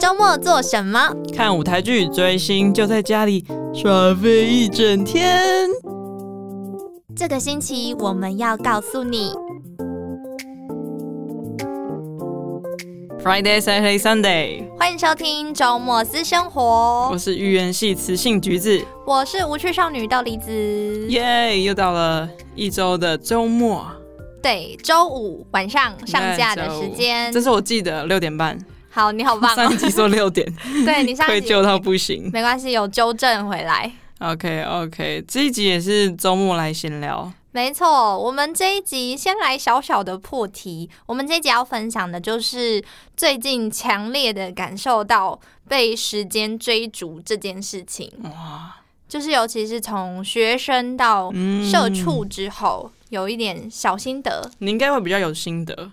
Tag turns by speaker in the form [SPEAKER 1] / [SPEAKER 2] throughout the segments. [SPEAKER 1] 周末做什么？
[SPEAKER 2] 看舞台剧、追星，就在家里耍废一整天。
[SPEAKER 1] 这个星期我们要告诉你。
[SPEAKER 2] Friday、Saturday、Sunday，
[SPEAKER 1] 欢迎收听周末私生活
[SPEAKER 2] 我，是预言系雌性橘子，
[SPEAKER 1] 我是无趣少女豆梨子。
[SPEAKER 2] 耶、又到了一周的周末
[SPEAKER 1] 对，周五晚上上架的时间
[SPEAKER 2] 这。是我记得六点半，
[SPEAKER 1] 好，你好棒
[SPEAKER 2] 上一
[SPEAKER 1] 哦！
[SPEAKER 2] 集说六点，
[SPEAKER 1] 对你 上
[SPEAKER 2] 愧
[SPEAKER 1] 一集
[SPEAKER 2] 疚到不行。
[SPEAKER 1] 没关系，有纠正回来。
[SPEAKER 2] OK OK，这一集也是周末来闲聊，
[SPEAKER 1] 没错，我们这一集先来小小的破题。我们这一集要分享的就是最近强烈的感受到被时间追逐这件事情，
[SPEAKER 2] 哇，
[SPEAKER 1] 就是尤其是从学生到
[SPEAKER 2] 嗯
[SPEAKER 1] 社畜之后，有一点小心得。
[SPEAKER 2] 你应该会比较有心得，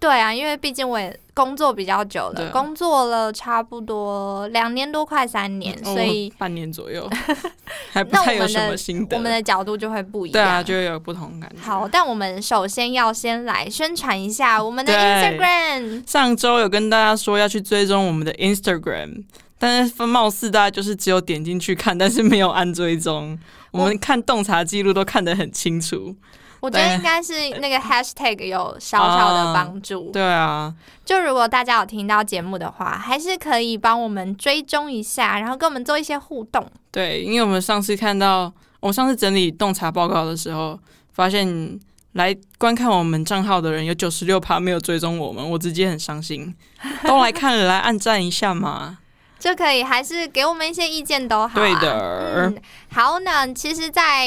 [SPEAKER 1] 对啊，因为毕竟我也工作比较久
[SPEAKER 2] 对
[SPEAKER 1] 了，
[SPEAKER 2] 啊
[SPEAKER 1] 工作了差不多两年多，快三年，所以
[SPEAKER 2] 哦半年 左右，还不
[SPEAKER 1] 那
[SPEAKER 2] 太
[SPEAKER 1] 我
[SPEAKER 2] 有
[SPEAKER 1] 们
[SPEAKER 2] 什
[SPEAKER 1] 的
[SPEAKER 2] 么心得。
[SPEAKER 1] 我们的角度就会不一样。
[SPEAKER 2] 对啊，就会有不同感觉。
[SPEAKER 1] 好，但我们首先要先来宣传一下我们的
[SPEAKER 2] 对
[SPEAKER 1] Instagram。
[SPEAKER 2] 上周有跟大家说要去追踪我们的 Instagram，但是貌似大家就是只有点进去看，但是没有按追踪。
[SPEAKER 1] 哦
[SPEAKER 2] 我们看洞察记录都看得很清楚。
[SPEAKER 1] 我觉得
[SPEAKER 2] 对
[SPEAKER 1] 应该是那个 hashtag 有小小的帮助。
[SPEAKER 2] 对啊，
[SPEAKER 1] 就如果大家有听到节目的话，还是可以帮我们追踪一下，然后跟我们做一些互动。
[SPEAKER 2] 对，因为我们上次看到，我上次整理洞察报告的时候，发现来观看我们账号的人有九十六趴没有追踪我们，我直接很 伤心。都来看了，来按赞一下嘛。
[SPEAKER 1] 就可以，还是给我们一些意见都好、啊。
[SPEAKER 2] 对的
[SPEAKER 1] 嗯，好，那其实在，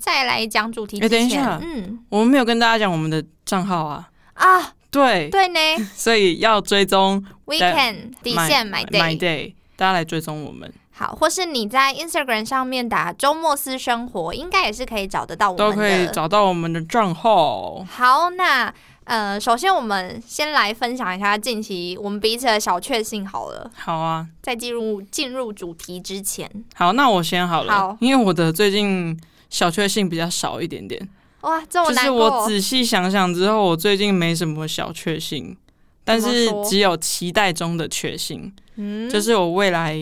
[SPEAKER 1] 再来讲主题之
[SPEAKER 2] 哎等
[SPEAKER 1] 前，
[SPEAKER 2] 一下
[SPEAKER 1] 嗯
[SPEAKER 2] 我们没有跟大家讲我们的账号啊，
[SPEAKER 1] 啊，
[SPEAKER 2] 对，
[SPEAKER 1] 对 呢
[SPEAKER 2] 所以要追踪
[SPEAKER 1] ，weekend 底线 my
[SPEAKER 2] My- My
[SPEAKER 1] day，
[SPEAKER 2] Day，大家来追踪我们，
[SPEAKER 1] 好，或是你在 Instagram 上面打周末私生活，应该也是可以找得到我们的。
[SPEAKER 2] 都可以找到我们的账号。
[SPEAKER 1] 好，那呃，首先我们先来分享一下近期我们彼此的小确幸好了，
[SPEAKER 2] 好啊，
[SPEAKER 1] 在进入进入主题之前，
[SPEAKER 2] 好，那我先好了，
[SPEAKER 1] 好
[SPEAKER 2] 因为我的最近小确幸比较少一点点，
[SPEAKER 1] 哇，这么
[SPEAKER 2] 就是
[SPEAKER 1] 难过，
[SPEAKER 2] 我仔细想想之后，我最近没什么小确幸，但是
[SPEAKER 1] 怎么说
[SPEAKER 2] 只有期待中的确幸，
[SPEAKER 1] 嗯，
[SPEAKER 2] 就是我未来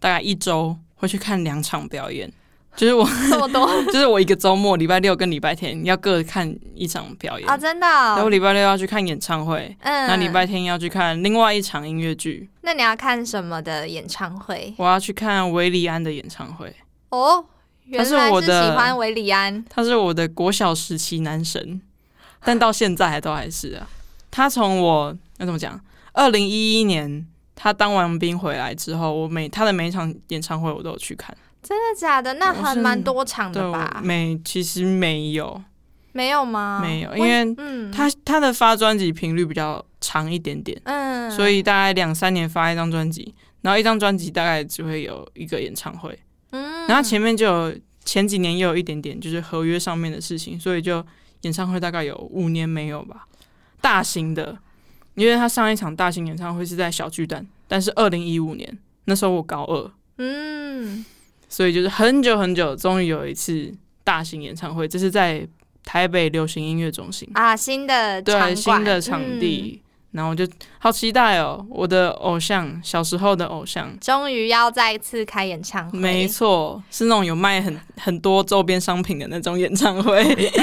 [SPEAKER 2] 大概一周会去看两场表演，就是我
[SPEAKER 1] 这么多
[SPEAKER 2] 就是我一个周末，礼拜六跟礼拜天要各看一场表演。
[SPEAKER 1] 啊，真的
[SPEAKER 2] 然后
[SPEAKER 1] 哦，
[SPEAKER 2] 礼拜六要去看演唱会，
[SPEAKER 1] 嗯，
[SPEAKER 2] 那礼拜天要去看另外一场音乐剧，
[SPEAKER 1] 那你要看什么的演唱会？
[SPEAKER 2] 我要去看维里安的演唱会。
[SPEAKER 1] 哦，原
[SPEAKER 2] 是
[SPEAKER 1] 来
[SPEAKER 2] 我
[SPEAKER 1] 是
[SPEAKER 2] 的
[SPEAKER 1] 喜欢维里安，
[SPEAKER 2] 他是我的国小时期男神，但到现在还都还是啊。他从我要怎么讲？二零一一年他当完兵回来之后，我每他的每一场演唱会我都有去看。
[SPEAKER 1] 真的假的？那
[SPEAKER 2] 我
[SPEAKER 1] 还
[SPEAKER 2] 是
[SPEAKER 1] 蛮多场
[SPEAKER 2] 对，
[SPEAKER 1] 的
[SPEAKER 2] 我
[SPEAKER 1] 吧？
[SPEAKER 2] 每其实没有，
[SPEAKER 1] 没有吗？
[SPEAKER 2] 没有
[SPEAKER 1] 我
[SPEAKER 2] 因为
[SPEAKER 1] 嗯
[SPEAKER 2] 他他的发专辑频率比较长一点点，
[SPEAKER 1] 嗯，
[SPEAKER 2] 所以大概两三年发一张专辑，然后一张专辑大概只会有一个演唱会。
[SPEAKER 1] 嗯，
[SPEAKER 2] 然后前面就有前几年也有一点点就是合约上面的事情，所以就演唱会大概有五年没有吧，大型的，因为他上一场大型演唱会是在小巨蛋，但是二零一五年那时候我高二，
[SPEAKER 1] 嗯
[SPEAKER 2] 所以就是很久很久，终于有一次大型演唱会，这是在台北流行音乐中心，
[SPEAKER 1] 啊，新的
[SPEAKER 2] 对，
[SPEAKER 1] 场
[SPEAKER 2] 新的
[SPEAKER 1] 馆
[SPEAKER 2] 场
[SPEAKER 1] 嗯
[SPEAKER 2] 地，然后我就好期待哦，我的偶像，小时候的偶像。
[SPEAKER 1] 终于要再次开演唱会，
[SPEAKER 2] 没错，是那种有卖很很多周边商品的那种演唱会。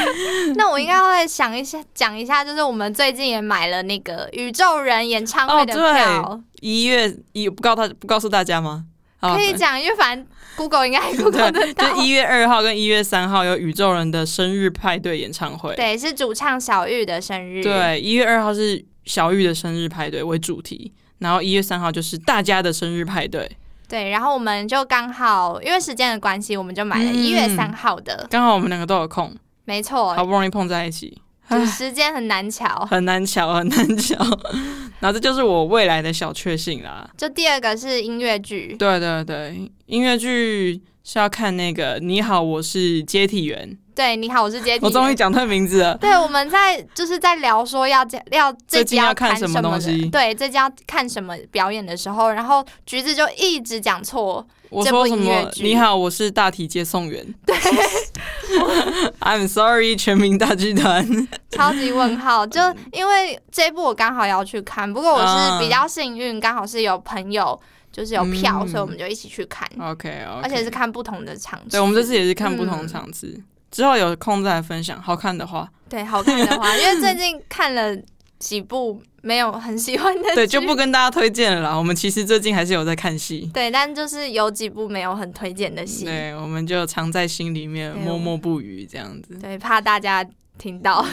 [SPEAKER 1] 那我应该会想一下，讲一下，就是我们最近也买了那个宇宙人演唱会的
[SPEAKER 2] 哦对
[SPEAKER 1] 票，
[SPEAKER 2] 一月一不告大不告诉大家吗？好
[SPEAKER 1] 可以讲，因为反正 Google 应该 Google 得
[SPEAKER 2] 对，
[SPEAKER 1] 到。
[SPEAKER 2] 就一月二号跟一月三号有宇宙人的生日派对演唱会。
[SPEAKER 1] 对，是主唱小玉的生日。，
[SPEAKER 2] 对，一月二号是小玉的生日派对为主题，然后一月三号就是大家的生日派对。
[SPEAKER 1] 对，然后我们就刚好因为时间的关系，我们就买了
[SPEAKER 2] 嗯
[SPEAKER 1] 一月三号的，
[SPEAKER 2] 刚好我们两个都有空，
[SPEAKER 1] 没错，
[SPEAKER 2] 好不容易碰在一起，
[SPEAKER 1] 就是时间很难巧。
[SPEAKER 2] 很难巧，很难巧。 然后这就是我未来的小确幸啦。
[SPEAKER 1] 就第二个是音乐剧，
[SPEAKER 2] 对对对，音乐剧是要看那个《你好，我是接替员》，
[SPEAKER 1] 对，哎你好，我是接体
[SPEAKER 2] 我
[SPEAKER 1] 人。
[SPEAKER 2] 终于讲他名字了。
[SPEAKER 1] 对，我们在就是在聊说要这要这
[SPEAKER 2] 最
[SPEAKER 1] 集
[SPEAKER 2] 近要看
[SPEAKER 1] 看
[SPEAKER 2] 什么
[SPEAKER 1] 么
[SPEAKER 2] 东
[SPEAKER 1] 的
[SPEAKER 2] 西
[SPEAKER 1] 对，这集要看什么表演的时候，然后橘子就一直讲错，
[SPEAKER 2] 我
[SPEAKER 1] 这
[SPEAKER 2] 说
[SPEAKER 1] 部
[SPEAKER 2] 什
[SPEAKER 1] 音乐
[SPEAKER 2] 么？
[SPEAKER 1] 剧
[SPEAKER 2] 你好，我是大体接送 员。对 ，I'm sorry，全民大剧团。
[SPEAKER 1] 超级问号。就因为这一部我刚好要去看，不过我是比较幸运，刚好是有朋友就是有票，
[SPEAKER 2] 嗯哦
[SPEAKER 1] 所以我们就一起去看
[SPEAKER 2] OK，, o k
[SPEAKER 1] 而且是看不同的场次。
[SPEAKER 2] 对，我们这次也是看不同的
[SPEAKER 1] 嗯
[SPEAKER 2] 场次，之后有空再来分享。好看的 话，
[SPEAKER 1] 对好看的话， 因为最近看了几部没有很喜欢的，
[SPEAKER 2] 对，就不。跟大家推荐了啦。我们其实最近还是有在看戏，
[SPEAKER 1] 对，但就是有几部没有很推荐的戏，
[SPEAKER 2] 对，我们就藏在心里面，
[SPEAKER 1] 对
[SPEAKER 2] 默默不语这样子，
[SPEAKER 1] 对，怕大家听到。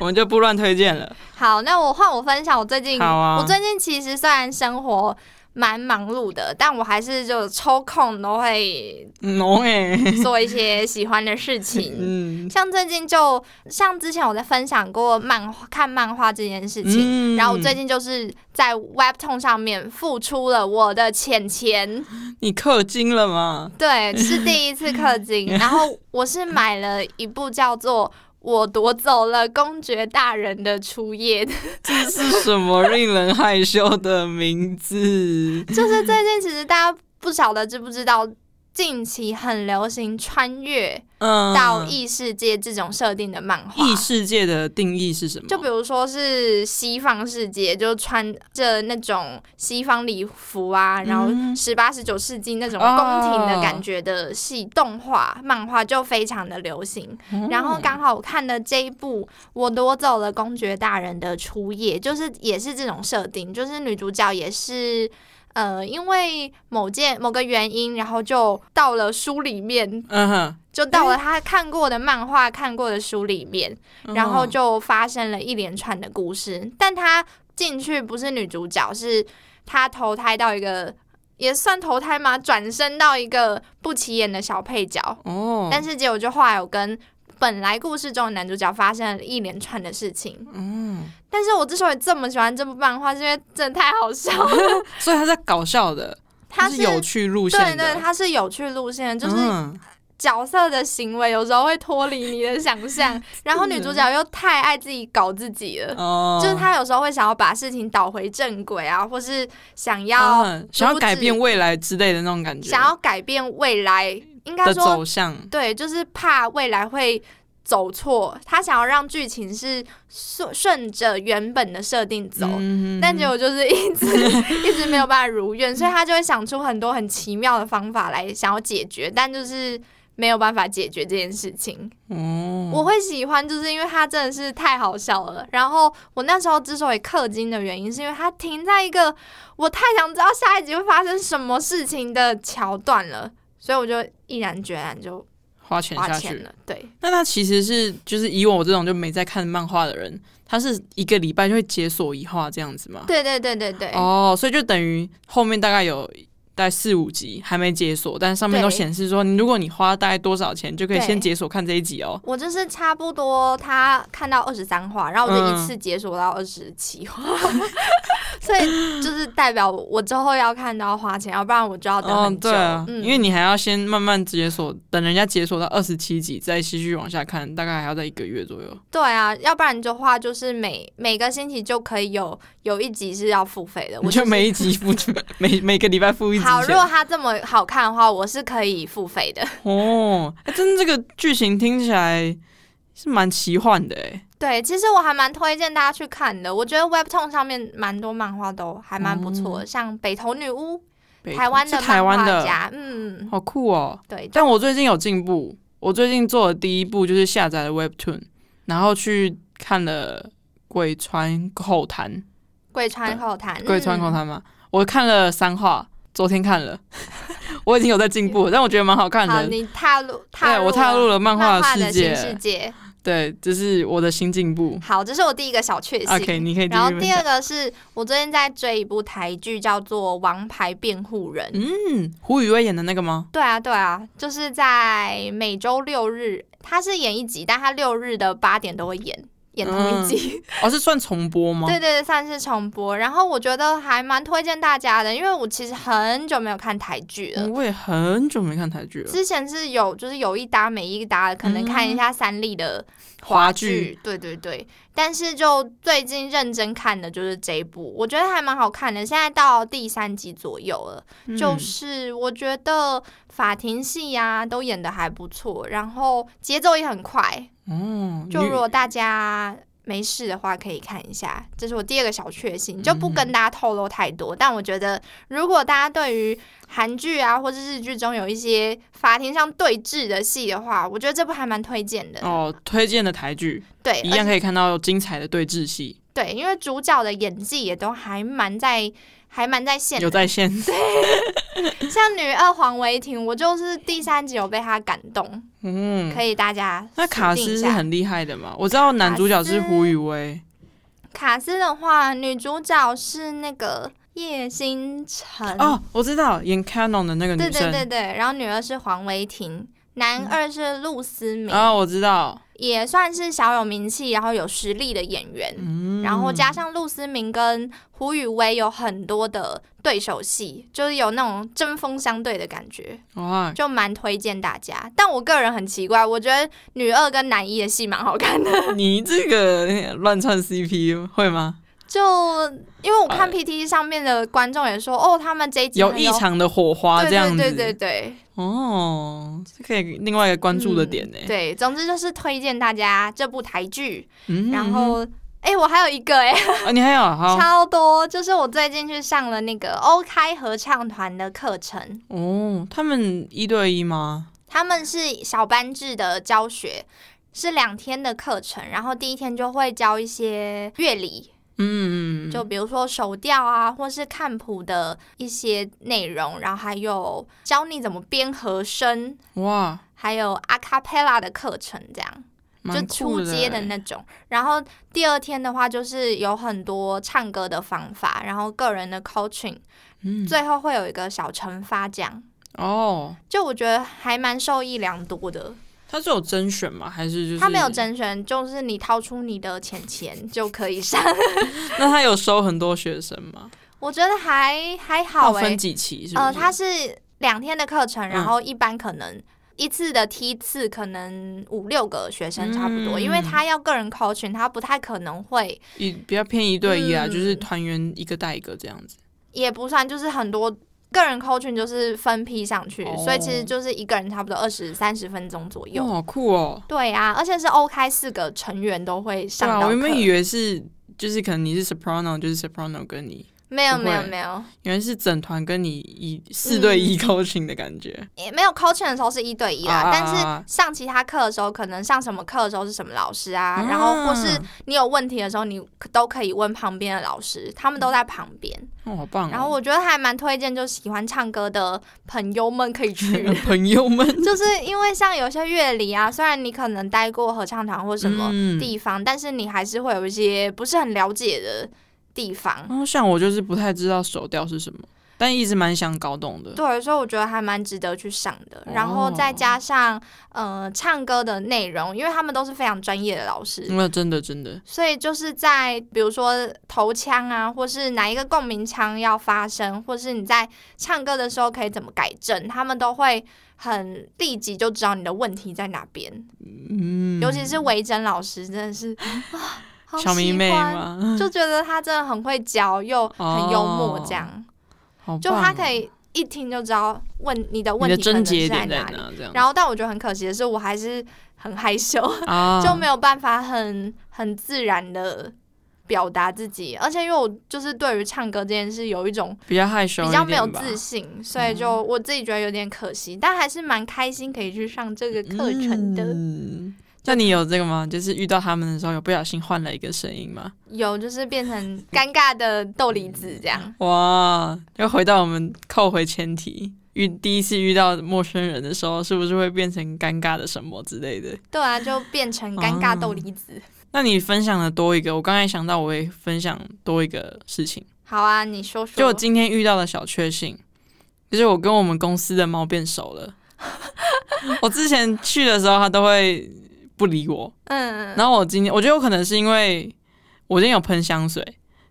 [SPEAKER 2] 我们就不乱推荐了。
[SPEAKER 1] 好，那我换我分享，我最近、
[SPEAKER 2] 好啊
[SPEAKER 1] 我最近其实虽然生活蛮忙碌的，但我还是就抽空都会
[SPEAKER 2] 浓哎、
[SPEAKER 1] 做一些喜欢的事 情。
[SPEAKER 2] 嗯
[SPEAKER 1] 像最近就像之前我在分享过漫画看漫画这件事情，
[SPEAKER 2] 嗯
[SPEAKER 1] 然后我最近就是在 Webtoon 上面付出了我的钱钱，
[SPEAKER 2] 你氪金了吗？
[SPEAKER 1] 对，是第一次氪 金。然后我是买了一部叫做《我夺走了公爵大人的初夜》
[SPEAKER 2] 这是什么令人害羞的名字？
[SPEAKER 1] 就是最近其实大家不晓得知不知道，近期很流行穿越
[SPEAKER 2] 嗯，
[SPEAKER 1] 到异世界这种设定的漫画。
[SPEAKER 2] 异世界的定义是什么？
[SPEAKER 1] 就比如说是西方世界，就穿着那种西方礼服啊，然后
[SPEAKER 2] 嗯
[SPEAKER 1] 十八、十九世纪那种
[SPEAKER 2] 哦
[SPEAKER 1] 宫廷的感觉的戏、动画、漫画就非常的流行。
[SPEAKER 2] 嗯
[SPEAKER 1] 然后刚好我看的这一部《我夺走了公爵大人的初夜》，就是也是这种设定，就是女主角也是。呃，因为某件某个原因，然后就到了书里面，
[SPEAKER 2] 嗯哼，
[SPEAKER 1] 就到了她看过的漫画、看过的书里面，然
[SPEAKER 2] 嗯
[SPEAKER 1] 后就发生了一连串的故事。但她进去不是女主角，是她投胎到一个也算投胎吗？转身到一个不起眼的小配角，
[SPEAKER 2] 哦，
[SPEAKER 1] 但是结果就后来有跟本来故事中的男主角发生了一连串的事情。
[SPEAKER 2] 嗯，
[SPEAKER 1] 但是我之所以这么喜欢这部漫画，是因为真的太好笑 了。
[SPEAKER 2] 所以他在搞笑的，
[SPEAKER 1] 它
[SPEAKER 2] 它是有趣路
[SPEAKER 1] 对
[SPEAKER 2] 线的，
[SPEAKER 1] 对，它是有趣路线，就是
[SPEAKER 2] 嗯
[SPEAKER 1] 角色的行为有时候会脱离你的想 象，然后女主角又太爱自己搞自己了。
[SPEAKER 2] 哦，
[SPEAKER 1] 呃就是她有时候会想要把事情导回正轨啊，或是想要、
[SPEAKER 2] 嗯想要改变未来之类的那种感觉，
[SPEAKER 1] 想要改变未来，应该
[SPEAKER 2] 的
[SPEAKER 1] 说
[SPEAKER 2] 走向，
[SPEAKER 1] 对，就是怕未来会走错，他想要让剧情是顺顺着原本的设定走。
[SPEAKER 2] 嗯
[SPEAKER 1] 但结果就是一直 一直没有办法如愿，所以他就会想出很多很奇妙的方法来想要解决，但就是没有办法解决这件事情。
[SPEAKER 2] 哦，
[SPEAKER 1] 我会喜欢，就是因为他真的是太好笑了。然后我那时候之所以氪金的原因，是因为他停在一个我太想知道下一集会发生什么事情的桥段了，所以我就毅然决然就
[SPEAKER 2] 花钱
[SPEAKER 1] 花
[SPEAKER 2] 下
[SPEAKER 1] 钱
[SPEAKER 2] 去。
[SPEAKER 1] 了，对，
[SPEAKER 2] 那他其实是就是以我这种就没在看漫画的人，他是一个礼拜就会解锁一话这样子嘛？
[SPEAKER 1] 对对对对对，
[SPEAKER 2] 哦，所以就等于后面大概有大概四五集还没解锁，但上面都
[SPEAKER 1] 对
[SPEAKER 2] 显示说，你如果你花大概多少钱就可以
[SPEAKER 1] 对
[SPEAKER 2] 先解锁看这一集哦。
[SPEAKER 1] 我就是差不多他看到二十三话，然后我就
[SPEAKER 2] 嗯
[SPEAKER 1] 一次解锁到二十七话， 所以就是代表我之后要看到花钱，要不然我就要等
[SPEAKER 2] 哦
[SPEAKER 1] 很，久，
[SPEAKER 2] 对啊，
[SPEAKER 1] 嗯，
[SPEAKER 2] 因为你还要先慢慢解锁，等人家解锁到二十七集，再继续往下看，大概还要在一个月左右。
[SPEAKER 1] 对啊，要不然的话就是每每个星期就可以有有一集是要付费呃的，我
[SPEAKER 2] 我就是每一集 付每每个礼拜付一集
[SPEAKER 1] 好，如
[SPEAKER 2] 钱
[SPEAKER 1] 果它这么好看的话，我是可以付费的。
[SPEAKER 2] 哦。哎、真的这个剧情听起来是蛮奇幻的哎，
[SPEAKER 1] 对，其实我还蛮推荐大家去看的。我觉得 Webtoon 上面蛮多漫画都还蛮不错的，
[SPEAKER 2] 嗯
[SPEAKER 1] 像《北投女巫
[SPEAKER 2] 北》
[SPEAKER 1] 台湾
[SPEAKER 2] 是
[SPEAKER 1] 的
[SPEAKER 2] 台
[SPEAKER 1] 漫
[SPEAKER 2] 湾
[SPEAKER 1] 画
[SPEAKER 2] 的，
[SPEAKER 1] 家，嗯，
[SPEAKER 2] 好酷哦。
[SPEAKER 1] 对，
[SPEAKER 2] 但我最近有进步，我最近做的第一步就是下载了 Webtoon，然后去看了《鬼川口谈》
[SPEAKER 1] 嗯贵川嗯后谈，
[SPEAKER 2] 鬼川口谈嘛，我看了三话，昨天看了， 我已经有在进步了，但我觉得蛮好看
[SPEAKER 1] 嗯。好，
[SPEAKER 2] 的。
[SPEAKER 1] 你踏入踏
[SPEAKER 2] 对，
[SPEAKER 1] 入
[SPEAKER 2] 我踏入
[SPEAKER 1] 了
[SPEAKER 2] 了漫画
[SPEAKER 1] 漫画
[SPEAKER 2] 的
[SPEAKER 1] 的
[SPEAKER 2] 世界
[SPEAKER 1] 新，世界。
[SPEAKER 2] 对，这是我的新进步。
[SPEAKER 1] 好，这是我第一个小确幸。
[SPEAKER 2] OK，你可啊以继
[SPEAKER 1] 然后
[SPEAKER 2] 续分
[SPEAKER 1] 第二
[SPEAKER 2] 享。
[SPEAKER 1] 个是我最近在追一部台剧，叫做《王牌辩护人》。
[SPEAKER 2] 嗯，胡宇威演的那个吗？
[SPEAKER 1] 对啊，对啊，就是在每周六日，他是演一集，但他六日的八点都会演。演同一集，
[SPEAKER 2] 哦，是算重播 吗？
[SPEAKER 1] 对对对，算是重播。然后我觉得还蛮推荐大家的，因为我其实很久没有看台剧了。
[SPEAKER 2] 嗯我也很久没看台剧了。
[SPEAKER 1] 之前是有，就是有一搭没一搭的，可能看一下三立的
[SPEAKER 2] 华
[SPEAKER 1] 剧，
[SPEAKER 2] 剧
[SPEAKER 1] 对对对。但是就最近认真看的就是这一部，我觉得还蛮好看的，现在到第三集左右了。
[SPEAKER 2] 嗯
[SPEAKER 1] 就是我觉得法庭戏呀、都演的还不错，然后节奏也很快。
[SPEAKER 2] 嗯，哦，
[SPEAKER 1] 就
[SPEAKER 2] 你
[SPEAKER 1] 如果大家没事的话，可以看一下，这是我第二个小确幸，就
[SPEAKER 2] 嗯
[SPEAKER 1] 不跟大家透露太多。但我觉得，如果大家对于韩剧啊或者日剧中有一些法庭上对峙的戏的话，我觉得这部还蛮推荐的。
[SPEAKER 2] 哦，推荐的台剧
[SPEAKER 1] 对，
[SPEAKER 2] 一
[SPEAKER 1] 而
[SPEAKER 2] 样可以看到精彩的对峙戏，
[SPEAKER 1] 对，因为主角的演技也都还蛮在，还蛮在线的
[SPEAKER 2] 有在线。
[SPEAKER 1] 像女二黄维婷，我就是第三集有被她感动，
[SPEAKER 2] 嗯，
[SPEAKER 1] 可以大家
[SPEAKER 2] 那
[SPEAKER 1] 锁
[SPEAKER 2] 卡
[SPEAKER 1] 定
[SPEAKER 2] 斯
[SPEAKER 1] 一
[SPEAKER 2] 是
[SPEAKER 1] 下
[SPEAKER 2] 很厉害的嘛？我知道男主角是胡宇威，
[SPEAKER 1] 卡斯的话，女主角是那个叶星辰，
[SPEAKER 2] 哦，我知道演 Canon 的那个女
[SPEAKER 1] 嗯对
[SPEAKER 2] 生。嗯
[SPEAKER 1] 对对对，然后女二是黄维婷，男二是陆思明，
[SPEAKER 2] 啊、我知道，
[SPEAKER 1] 也算是小有名气，然后有实力的演员。
[SPEAKER 2] 嗯，
[SPEAKER 1] 然后加上陆思明跟胡宇威有很多的对手戏，就是有那种针锋相对的感觉，
[SPEAKER 2] 哇，
[SPEAKER 1] 就蛮推荐大家。但我个人很奇怪，我觉得女二跟男一的戏蛮好看的，
[SPEAKER 2] 你这个 乱串 CP 会
[SPEAKER 1] 啊
[SPEAKER 2] 吗？
[SPEAKER 1] 就因为我看
[SPEAKER 2] 哎
[SPEAKER 1] PTT 上面的观众也说，哦，他们这一集
[SPEAKER 2] 有
[SPEAKER 1] 很
[SPEAKER 2] 异常的火花
[SPEAKER 1] 对
[SPEAKER 2] 这样子，
[SPEAKER 1] 对对对对，
[SPEAKER 2] 哦，这可以另外一个关注的点呢、
[SPEAKER 1] 嗯对，总之就是推荐大家这部台剧。
[SPEAKER 2] 嗯
[SPEAKER 1] 然后，哎、我还有一个哎、
[SPEAKER 2] 啊，你还有 好
[SPEAKER 1] 超多，就是我最近去上了那个欧开合唱团的课程。
[SPEAKER 2] 哦，他们一对一吗？
[SPEAKER 1] 他们是小班制的教学，是两天的课程，然后第一天就会教一些乐理，
[SPEAKER 2] 嗯，
[SPEAKER 1] 就比如说手调啊，或是看谱的一些内容，然后还有教你怎么编和声，
[SPEAKER 2] 嗯哇，
[SPEAKER 1] 还有阿卡贝拉的课程，这样就
[SPEAKER 2] 蛮酷
[SPEAKER 1] 初
[SPEAKER 2] 的
[SPEAKER 1] 阶的
[SPEAKER 2] 欸
[SPEAKER 1] 那种。然后第二天的话，就是有很多唱歌的方法，然后个人的 coaching，、
[SPEAKER 2] 嗯
[SPEAKER 1] 最后会有一个小惩罚奖。
[SPEAKER 2] 哦，
[SPEAKER 1] 就我觉得还蛮受益良多的。
[SPEAKER 2] 他是有甄选吗？还是就是
[SPEAKER 1] 他没有？甄选，就是你掏出你的钱钱就可以上。
[SPEAKER 2] 那他有收很多学生吗？
[SPEAKER 1] 我觉得还还
[SPEAKER 2] 他
[SPEAKER 1] 好
[SPEAKER 2] 有
[SPEAKER 1] 诶、
[SPEAKER 2] 分几期是不是？
[SPEAKER 1] 呃，它是两天的课程，
[SPEAKER 2] 嗯
[SPEAKER 1] 然后一般可能一次的梯次可能五六个学生差不多，
[SPEAKER 2] 嗯
[SPEAKER 1] 因为他要个人 coaching，他不太可能会
[SPEAKER 2] 一比较偏一对一啊，
[SPEAKER 1] 嗯
[SPEAKER 2] 就是团员一个带一个这样子。
[SPEAKER 1] 也不算，就是很多个人 coaching 就是分批上去，
[SPEAKER 2] 哦
[SPEAKER 1] 所以其实就是一个人差不多二十三十分钟左右。
[SPEAKER 2] 哦，好酷哦！
[SPEAKER 1] 对啊，而且是 O 开四个成员都会
[SPEAKER 2] 对
[SPEAKER 1] 上
[SPEAKER 2] 啊，
[SPEAKER 1] 到
[SPEAKER 2] 我
[SPEAKER 1] 课。
[SPEAKER 2] 原本以为是就是可能你是 soprano，就是 soprano 跟你，
[SPEAKER 1] 没有
[SPEAKER 2] 不
[SPEAKER 1] 没
[SPEAKER 2] 会
[SPEAKER 1] 有没有，
[SPEAKER 2] 原来是整团跟你一四对一 coaching 的感觉。
[SPEAKER 1] 也没有 coaching 的时候是一对一啦，
[SPEAKER 2] 啊
[SPEAKER 1] 但是上其他课的时候，可能上什么课的时候是什么老师啊，
[SPEAKER 2] 啊
[SPEAKER 1] 然后或是你有问题的时候，你都可以问旁边的老师，他们都在旁边。
[SPEAKER 2] 哦，好棒哦！
[SPEAKER 1] 嗯然后我觉得还蛮推荐，就喜欢唱歌的朋友们可以 去。
[SPEAKER 2] 朋友 们
[SPEAKER 1] 就是因为像有些乐理啊，虽然你可能待过合唱团或什么
[SPEAKER 2] 嗯
[SPEAKER 1] 地方，但是你还是会有一些不是很了解的地方。
[SPEAKER 2] 然后像我就是不太知道手调是什么，但一直蛮想搞懂的。
[SPEAKER 1] 对，所以我觉得还蛮值得去上的。
[SPEAKER 2] 哦
[SPEAKER 1] 然后再加上呃唱歌的内容，因为他们都是非常专业的老师，
[SPEAKER 2] 那真的真的，
[SPEAKER 1] 所以就是在比如说头腔啊，或是哪一个共鸣腔要发声，或是你在唱歌的时候可以怎么改正，他们都会很立即就知道你的问题在哪边。
[SPEAKER 2] 嗯，
[SPEAKER 1] 尤其是维珍老师，真的是啊，好哦
[SPEAKER 2] 小迷妹
[SPEAKER 1] 喜欢，
[SPEAKER 2] 嘛，
[SPEAKER 1] 就觉得他真的很会教，又很幽默，这样、
[SPEAKER 2] 好哦棒哦
[SPEAKER 1] 就他可以一听就知道问你的
[SPEAKER 2] 你
[SPEAKER 1] 问
[SPEAKER 2] 的
[SPEAKER 1] 题可能
[SPEAKER 2] 症
[SPEAKER 1] 是
[SPEAKER 2] 结
[SPEAKER 1] 在
[SPEAKER 2] 点
[SPEAKER 1] 哪里。
[SPEAKER 2] 哪这样
[SPEAKER 1] 然后，但我觉得很可惜的是，我还是很害羞，
[SPEAKER 2] 啊，
[SPEAKER 1] 就没有办法很很自然的表达自己，而且因为我就是对于唱歌这件事有一种
[SPEAKER 2] 比较害羞，
[SPEAKER 1] 比较没有自。信，所
[SPEAKER 2] 嗯
[SPEAKER 1] 以就我自己觉得有点可惜，但还是蛮开心可以去上这个课程的。
[SPEAKER 2] 嗯，那你有这个吗？就是遇到他们的时候，有不小心换了一个声音吗？
[SPEAKER 1] 有，就是变成尴尬的豆梨子这
[SPEAKER 2] 嗯
[SPEAKER 1] 样。
[SPEAKER 2] 哇，又回到我们扣回前提，遇第一次遇到陌生人的时候，是不是会变成尴尬的什么之类的？
[SPEAKER 1] 对啊，就变成尴尬豆梨子。
[SPEAKER 2] 那你分享的多一个，我刚才想到我会分享多一个事情，
[SPEAKER 1] 好啊，你说说。
[SPEAKER 2] 就我今天遇到的小确幸，就是我跟我 们公司的猫变熟了。我之前去的时候，它都会不理我。
[SPEAKER 1] 嗯，
[SPEAKER 2] 然后我今天我觉得有可能是因为我今天有喷香水，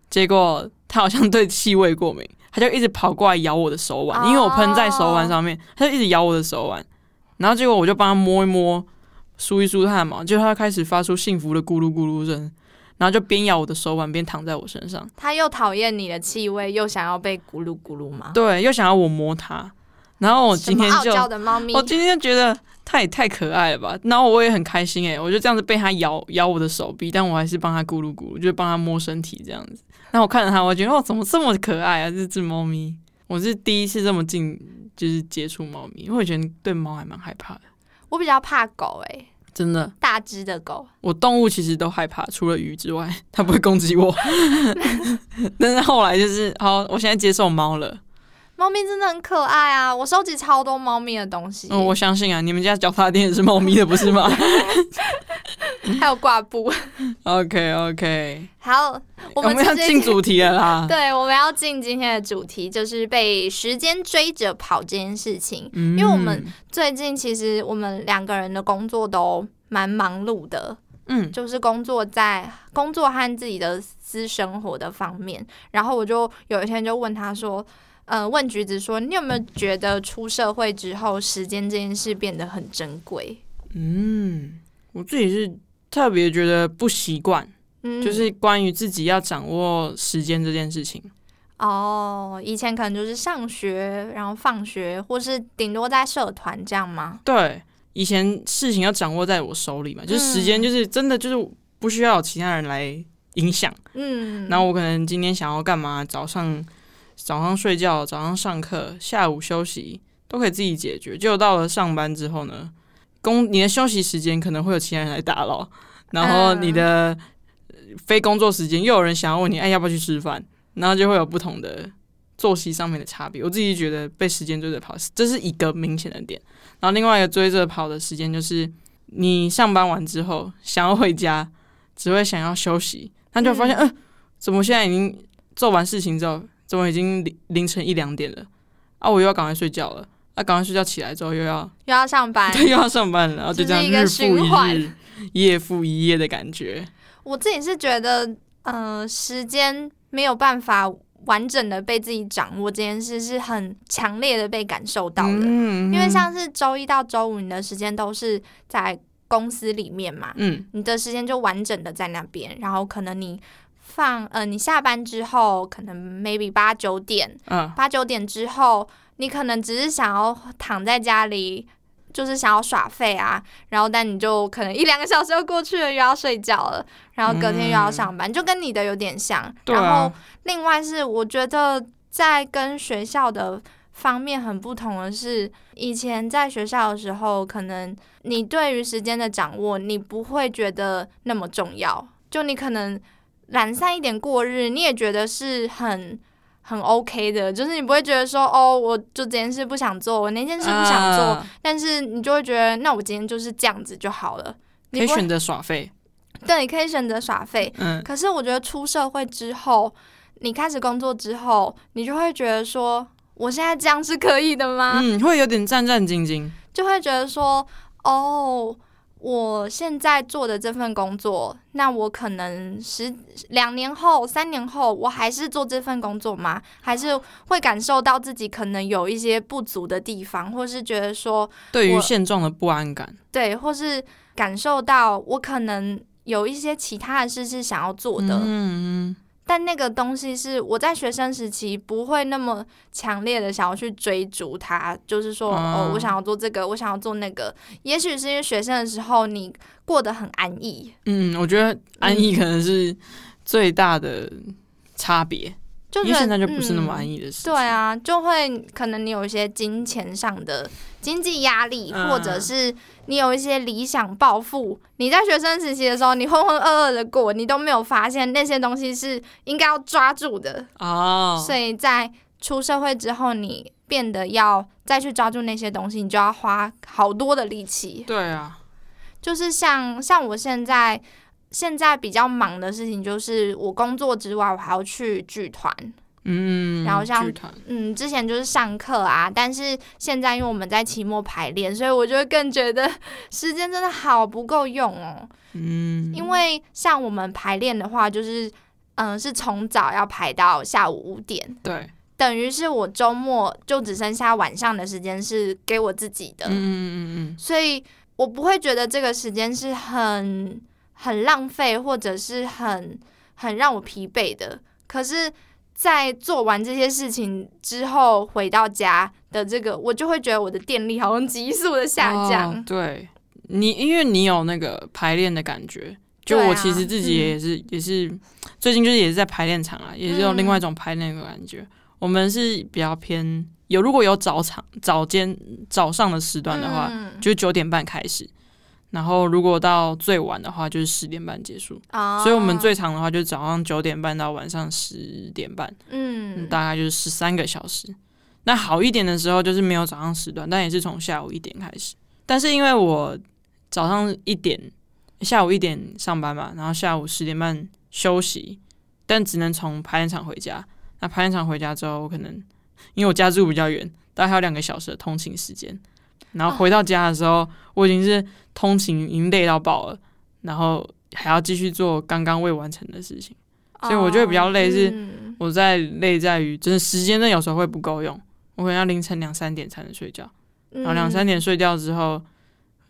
[SPEAKER 2] 结果他好像对气味过敏，他就一直跑过来咬我的手腕，因为我喷在
[SPEAKER 1] 哦
[SPEAKER 2] 手腕上面，他就一直咬我的手腕。然后结果我就帮他摸一摸，梳一梳他的毛，结果他开始发出幸福的咕噜咕噜声，然后就边咬我的手腕边躺在我身上，
[SPEAKER 1] 他又讨厌你的气味，又想要被咕噜咕噜吗？
[SPEAKER 2] 对，又想要我摸他。然后我
[SPEAKER 1] 什
[SPEAKER 2] 今
[SPEAKER 1] 么
[SPEAKER 2] 天
[SPEAKER 1] 傲
[SPEAKER 2] 就
[SPEAKER 1] 娇的猫咪
[SPEAKER 2] 我，今天就觉得他也太可爱了吧，然后我也很开心诶、我就这样子被他咬咬我的手臂，但我还是帮他咕噜咕噜，就是帮他摸身体这样子。那我看着他，我觉得哦，怎么这么可爱啊，这只猫咪！我是第一次这么近就是接触猫咪，因为我觉得对猫还蛮害怕的，
[SPEAKER 1] 我比较怕狗、欸，哎，
[SPEAKER 2] 真的。
[SPEAKER 1] 大只的狗，
[SPEAKER 2] 我动物其实都害怕，除了鱼之外，它不会攻 击我。但是后来就是，好，我现在接受猫了。
[SPEAKER 1] 猫咪真的很可爱啊！我收集超多猫咪的东西，
[SPEAKER 2] 嗯，我相信啊，你们家脚踏垫也是猫咪的，不是吗
[SPEAKER 1] 还有挂 布。
[SPEAKER 2] ？OK OK，
[SPEAKER 1] 好，我
[SPEAKER 2] 我
[SPEAKER 1] 们
[SPEAKER 2] 们要
[SPEAKER 1] 直接
[SPEAKER 2] 进主题了啦。
[SPEAKER 1] 对，我们要进今天的主题，就是被时间追着跑这件事情。因
[SPEAKER 2] 因
[SPEAKER 1] 为我们最近其实我们两个人的工作都蛮忙碌的，
[SPEAKER 2] 嗯
[SPEAKER 1] 就是工作在工作和自己的私生活的方面。然后我就有一天就问他说。呃，问橘子说：“你有没有觉得出社会之后，时间这件事变得很珍贵？
[SPEAKER 2] 嗯，我自己是特别觉得不习惯，
[SPEAKER 1] 嗯，
[SPEAKER 2] 就是关于自己要掌握时间这件事情。
[SPEAKER 1] 哦，以前可能就是上学，然后放学，或是顶多在社团这样吗？
[SPEAKER 2] 对，以前事情要掌握在我手里嘛，就是时
[SPEAKER 1] 嗯
[SPEAKER 2] 间，就是真的就是不需要有其他人来影响。
[SPEAKER 1] 嗯，
[SPEAKER 2] 然后我可能今天想要干嘛，早上早上睡觉，早上上课，下午休息，都可以自己解决。结果到了上班之后呢，工你的休息时间可能会有其他人来打扰，然后
[SPEAKER 1] 嗯
[SPEAKER 2] 你的呃非工作时间又有人想要问你，哎，要不要去吃饭？然后就会有不同的作息上面的差别。我自己觉得被时间追着跑，这是一个明显的点。然后另外一个追着跑的时间就是你上班完之后想要回家，只会想要休息，那就发现，嗯、怎么现在已经做完事情之后，怎么已经凌凌晨一两点了？啊，我又要赶快睡觉了。啊，赶快睡觉起来之后又要
[SPEAKER 1] 又要上 班，
[SPEAKER 2] 对又要上班了，然后
[SPEAKER 1] 哎就
[SPEAKER 2] 就
[SPEAKER 1] 是
[SPEAKER 2] 这样
[SPEAKER 1] 一个
[SPEAKER 2] 日
[SPEAKER 1] 循
[SPEAKER 2] 复一日
[SPEAKER 1] 环、
[SPEAKER 2] 夜复一夜的感觉。
[SPEAKER 1] 我自己是觉得，呃，时间没有办法完整的被自己掌握这件事是很强烈的被感受到的，
[SPEAKER 2] 嗯
[SPEAKER 1] 因为像是周一到周五你的时间都是在公司里面嘛，
[SPEAKER 2] 嗯
[SPEAKER 1] 你的时间就完整的在那边，然后可能你放呃你下班之后，可能 maybe 八九点，
[SPEAKER 2] 啊
[SPEAKER 1] 八九点之后，你可能只是想要躺在家里。就是想要耍废啊，然后但你就可能一两个小时就过去了，又要睡觉了，然后隔天又要上班，就跟你的有点像。
[SPEAKER 2] 嗯对
[SPEAKER 1] 然后
[SPEAKER 2] 啊，
[SPEAKER 1] 另外是我觉得在跟学校的方面很不同的是，以前在学校的时候，可能你对于时间的掌握，你不会觉得那么重要，就你可能懒散一点过日，你也觉得是很。很 OK 的，就是你不会觉得说哦，我就这件事不想做，我那件事不想做，
[SPEAKER 2] 啊
[SPEAKER 1] 但是你就会觉得，那我今天就是这样子就好了。你
[SPEAKER 2] 可以
[SPEAKER 1] 不会
[SPEAKER 2] 选择耍废。
[SPEAKER 1] 对，你可以选择耍废，
[SPEAKER 2] 嗯，
[SPEAKER 1] 可是我觉得出社会之后，你开始工作之后，你就会觉得说，我现在这样是可以的吗？
[SPEAKER 2] 嗯，会有点战战兢兢。
[SPEAKER 1] 就会觉得说，哦，我现在做的这份工作，那我可能十两年后、三年后，我还是做这份工作吗？还是会感受到自己可能有一些不足的地方，或是觉得说，
[SPEAKER 2] 对于
[SPEAKER 1] 我
[SPEAKER 2] 现状的不安感，
[SPEAKER 1] 对，或是感受到我可能有一些其他的事是想要做的，
[SPEAKER 2] 嗯，嗯
[SPEAKER 1] 但那个东西是我在学生时期不会那么强烈的想要去追逐它，就是说，
[SPEAKER 2] 哦
[SPEAKER 1] 哦，我想要做这个，我想要做那个。也许是因为学生的时候你过得很安逸，
[SPEAKER 2] 嗯，我觉得安逸可能是最大的差别，
[SPEAKER 1] 就觉
[SPEAKER 2] 因为
[SPEAKER 1] 得
[SPEAKER 2] 现在就不是那么安
[SPEAKER 1] 逸、
[SPEAKER 2] 逸的事情。
[SPEAKER 1] 对啊，就会可能你有一些金钱上的经济压力，
[SPEAKER 2] 嗯
[SPEAKER 1] 或者是你有一些理想抱负。你在学生时期的时候，你浑浑噩噩的过，你都没有发现那些东西是应该要抓住的。
[SPEAKER 2] 哦，
[SPEAKER 1] 所以在出社会之后，你变得要再去抓住那些东西，你就要花好多的力气。
[SPEAKER 2] 对啊，
[SPEAKER 1] 就是像像我现在现在比较忙的事情，就是我工作之外，我还要去剧团，
[SPEAKER 2] 嗯，
[SPEAKER 1] 然后像
[SPEAKER 2] 剧团
[SPEAKER 1] 嗯，之前就是上课啊，但是现在因为我们在期末排练，所以我就会更觉得时间真的好不够用哦。
[SPEAKER 2] 嗯，
[SPEAKER 1] 因为像我们排练的话，就是嗯，是从早要排到下午五点，
[SPEAKER 2] 对，
[SPEAKER 1] 等于是我周末就只剩下晚上的时间是给我自己的，
[SPEAKER 2] 嗯嗯嗯
[SPEAKER 1] 所以我不会觉得这个时间是很很浪费，或者是很很让我疲惫的。可是，在做完这些事情之后回到家的这个，我就会觉得我的电力好像急速的下降。
[SPEAKER 2] 哦对你，因为你有那个排练的感觉。就
[SPEAKER 1] 对啊
[SPEAKER 2] 我其实自己也是、也是，最近就是也是在排练场啊，也是有
[SPEAKER 1] 嗯
[SPEAKER 2] 另外一种排练的感觉。我们是比较偏有，如果有早场早间早上的时段的话，
[SPEAKER 1] 嗯
[SPEAKER 2] 就是九点半开始，然后如果到最晚的话就是十点半结束。
[SPEAKER 1] 哦
[SPEAKER 2] 所以我们最长的话就是早上九点半到晚上十点半，
[SPEAKER 1] 嗯
[SPEAKER 2] 大概就是十三个小时。那好一点的时候就是没有早上时段，但也是从下午一点开始。但是因为我早上一点、下午一点上班嘛，然后下午十点半休息，但只能从排练场回家。那排练场回家之后，我可能因为我家住比较远，大概还有两个小时的通勤时间。然后回到家的时候，我已经是通勤已经累到爆了，然后还要继续做刚刚未完成的事情。所以我就会比较累是
[SPEAKER 1] 嗯
[SPEAKER 2] 我在累在于，真的时间真的有时候会不够用，我可能要凌晨两三点才能睡觉，
[SPEAKER 1] 嗯
[SPEAKER 2] 然后哦两三点睡觉之后，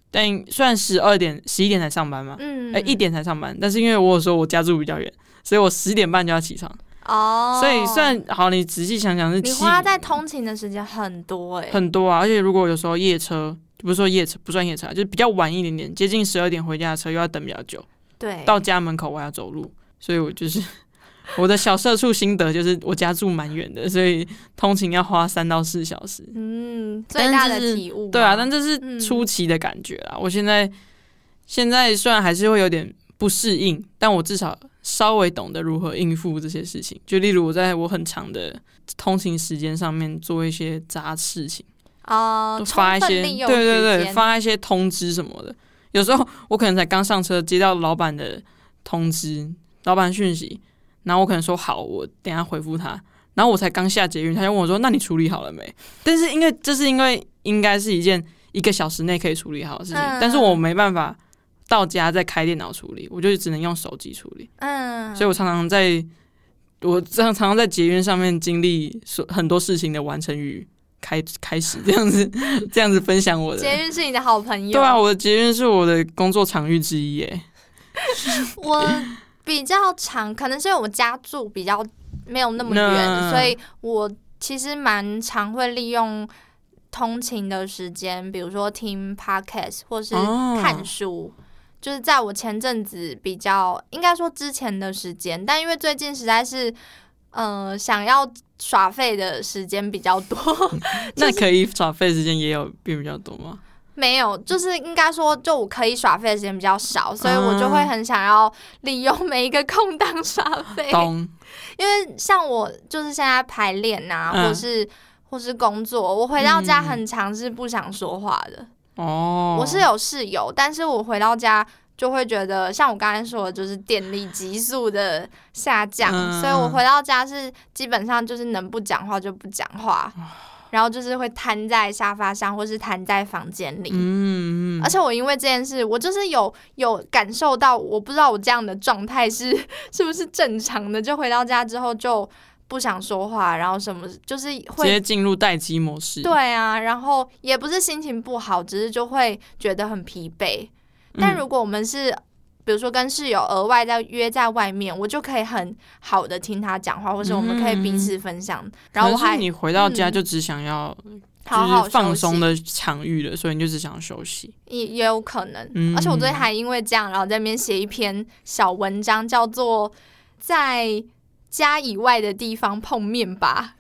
[SPEAKER 2] 但虽然十二点十一点才上班嘛，
[SPEAKER 1] 嗯，
[SPEAKER 2] 哎一、点才上班，但是因为我有说我家住比较远，所以我十点半就要起床，
[SPEAKER 1] 哦，
[SPEAKER 2] 所以虽然好，你仔细想想是
[SPEAKER 1] 你
[SPEAKER 2] 七
[SPEAKER 1] 花在通勤的时间很多哎、
[SPEAKER 2] 很多啊，而且如果有时候夜车。不是说夜车不算夜车啊，就是比较晚一点点，接近十二点回家的车又要等比较久，
[SPEAKER 1] 对，
[SPEAKER 2] 到家门口我还要走路，所以我就是 我的小社畜心得就是我家住蛮远的，所以通勤要花三到四小时。
[SPEAKER 1] 嗯
[SPEAKER 2] 但
[SPEAKER 1] 最
[SPEAKER 2] 是
[SPEAKER 1] 大的
[SPEAKER 2] 就是
[SPEAKER 1] 体悟
[SPEAKER 2] 对啊，
[SPEAKER 1] 嘛
[SPEAKER 2] 但这
[SPEAKER 1] 嗯
[SPEAKER 2] 是初期的感觉啦。我现在现在虽然还是会有点不适应，但我至少稍微懂得如何应付这些事情。就例如我在我很长的通勤时间上面做一些杂事情，
[SPEAKER 1] 哦
[SPEAKER 2] 就，
[SPEAKER 1] 充
[SPEAKER 2] 发一
[SPEAKER 1] 分
[SPEAKER 2] 些
[SPEAKER 1] 利
[SPEAKER 2] 对
[SPEAKER 1] 用
[SPEAKER 2] 对
[SPEAKER 1] 时
[SPEAKER 2] 对，
[SPEAKER 1] 间
[SPEAKER 2] 发一些通知什么的。有时候我可能才刚上车，接到老板的通知，老板讯息，然后我可能说好，我等一下回复他。然后我才刚下捷运，他就问我说：“那你处理好了没？”但是因为这是因为应该是一件一个小时内可以处理好的事情，
[SPEAKER 1] 嗯
[SPEAKER 2] 但是我没办法到家再开电脑处理，我就只能用手机处理。
[SPEAKER 1] 嗯，
[SPEAKER 2] 所以我常常在我常常在捷运上面经历所很多事情的完成与开开始这样子这样子分享我的。
[SPEAKER 1] 捷运是你的好朋友。
[SPEAKER 2] 对啊，我的捷运是我的工作场域之一耶。
[SPEAKER 1] 我比较常，可能是因为我家住比较没有那么远，
[SPEAKER 2] 那
[SPEAKER 1] 所以我其实蛮常会利用通勤的时间，比如说听 podcast 或是
[SPEAKER 2] 哦
[SPEAKER 1] 看书。就是在我前阵子比较，应该说之前的时间，但因为最近实在是，呃，想要耍废的时间比较多，
[SPEAKER 2] 那可以耍费时间也有变比较多吗？
[SPEAKER 1] 没有，就是应该说，就我可以耍废的时间比较少，所以我就会
[SPEAKER 2] 嗯
[SPEAKER 1] 很想要利用每一个空档 耍废。
[SPEAKER 2] 懂，
[SPEAKER 1] 因为像我就是现在排练啊，
[SPEAKER 2] 嗯
[SPEAKER 1] 或是或是工作，我回到家
[SPEAKER 2] 嗯
[SPEAKER 1] 很常是不想说话的。
[SPEAKER 2] 哦，
[SPEAKER 1] 我是有室友，但是我回到家。就会觉得像我刚才说的，就是电力急速的下降，
[SPEAKER 2] 嗯
[SPEAKER 1] 所以我回到家是基本上就是能不讲话就不讲话，
[SPEAKER 2] 嗯
[SPEAKER 1] 然后就是会瘫在沙发上，或是瘫在房间里。
[SPEAKER 2] 嗯，嗯
[SPEAKER 1] 而且我因为这件事，我就是有有感受到，我不知道我这样的状态是 是不是正常的。就回到家之后就不想说话，然后什么就是
[SPEAKER 2] 直
[SPEAKER 1] 会
[SPEAKER 2] 接进入待机模式。
[SPEAKER 1] 对啊，然后也不是心情不好，只是就会觉得很疲惫。
[SPEAKER 2] 嗯，
[SPEAKER 1] 但如果我们是比如说跟室友额外再约在外面，我就可以很好的听他讲话，或是我们可以彼此分享。然后我
[SPEAKER 2] 嗯可能
[SPEAKER 1] 还
[SPEAKER 2] 是你回到家
[SPEAKER 1] 嗯
[SPEAKER 2] 就只想要
[SPEAKER 1] 好好
[SPEAKER 2] 就
[SPEAKER 1] 休
[SPEAKER 2] 是放
[SPEAKER 1] 息
[SPEAKER 2] 松的场域了，所以你就只想休息。
[SPEAKER 1] 也也有可能。
[SPEAKER 2] 嗯
[SPEAKER 1] 而且我昨天还因为这样，然后在那边写一篇小文章，叫做《在家以外的地方碰面吧》。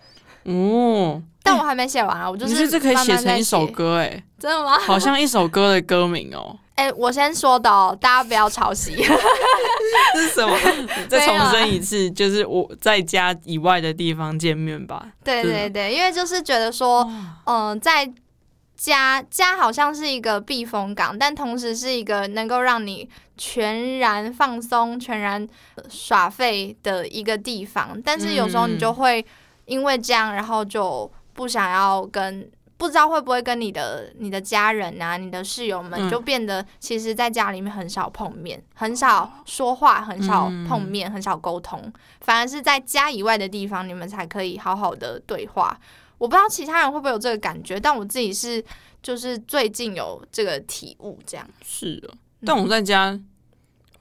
[SPEAKER 2] 哦，
[SPEAKER 1] 但我还没写完啊，我就
[SPEAKER 2] 你觉
[SPEAKER 1] 是
[SPEAKER 2] 得这可以
[SPEAKER 1] 慢慢
[SPEAKER 2] 写
[SPEAKER 1] 在
[SPEAKER 2] 成一首，歌哎，
[SPEAKER 1] 真的吗？
[SPEAKER 2] 好像一首歌的歌名哦，
[SPEAKER 1] 哎、我先说的哦，大家不要抄袭。
[SPEAKER 2] 这 是什么？ 啊再重申一次，就是我在家以外的地方见面吧。
[SPEAKER 1] 对
[SPEAKER 2] 是
[SPEAKER 1] 对对，因为就是觉得说，嗯、在家家好像是一个避风港，但同时是一个能够让你全然放松、全然呃耍废的一个地方。但是有时候你就会因为这样，然后就不想要跟。不知道会不会跟你的你的家人啊、你的室友们
[SPEAKER 2] 嗯
[SPEAKER 1] 就变得，其实在家里面很少碰面，很少说话，很少
[SPEAKER 2] 嗯
[SPEAKER 1] 碰面，很少沟通，反而是在家以外的地方，你们才可以好好的对话。我不知道其他人会不会有这个感觉，但我自己是就是最近有这个体悟，这样。
[SPEAKER 2] 是哦嗯的，但我在家，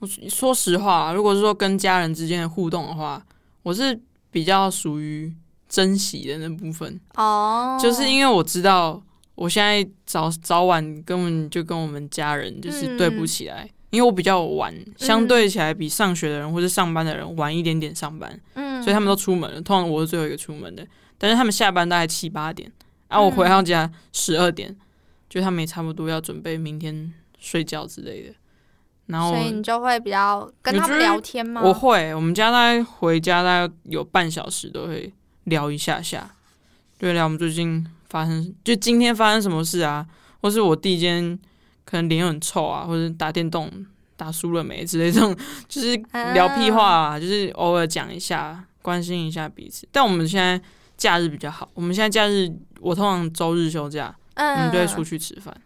[SPEAKER 2] 我说实话啊，如果是说跟家人之间的互动的话，我是比较属于珍惜的那部分，
[SPEAKER 1] 哦
[SPEAKER 2] 就是因为我知道我现在早早晚根本就跟我们家人就是对不起来。因为我比较晚，相对起来比上学的人或是上班的人晚一点点上班，
[SPEAKER 1] 嗯
[SPEAKER 2] 所以他们都出门了。通常我是最后一个出门的，但是他们下班大概七八点，啊，我回到家十二点，就他们也差不多要准备明天睡觉之类的。然后
[SPEAKER 1] 所以你就会比较跟他们
[SPEAKER 2] 我觉得
[SPEAKER 1] 聊天吗？
[SPEAKER 2] 我会，我们家大概回家大概有半小时都会聊一下下，对，聊我们最近发生，就今天发生什么事啊，或是我弟今天可能脸很臭啊，或者打电动打输了没之类这种，就是聊屁话啊，就是偶尔讲一下，关心一下彼
[SPEAKER 1] 嗯
[SPEAKER 2] 此。但我们现在假日比较好，我们现在假日我通常周日休假，我
[SPEAKER 1] 嗯，
[SPEAKER 2] 们就会出去吃饭。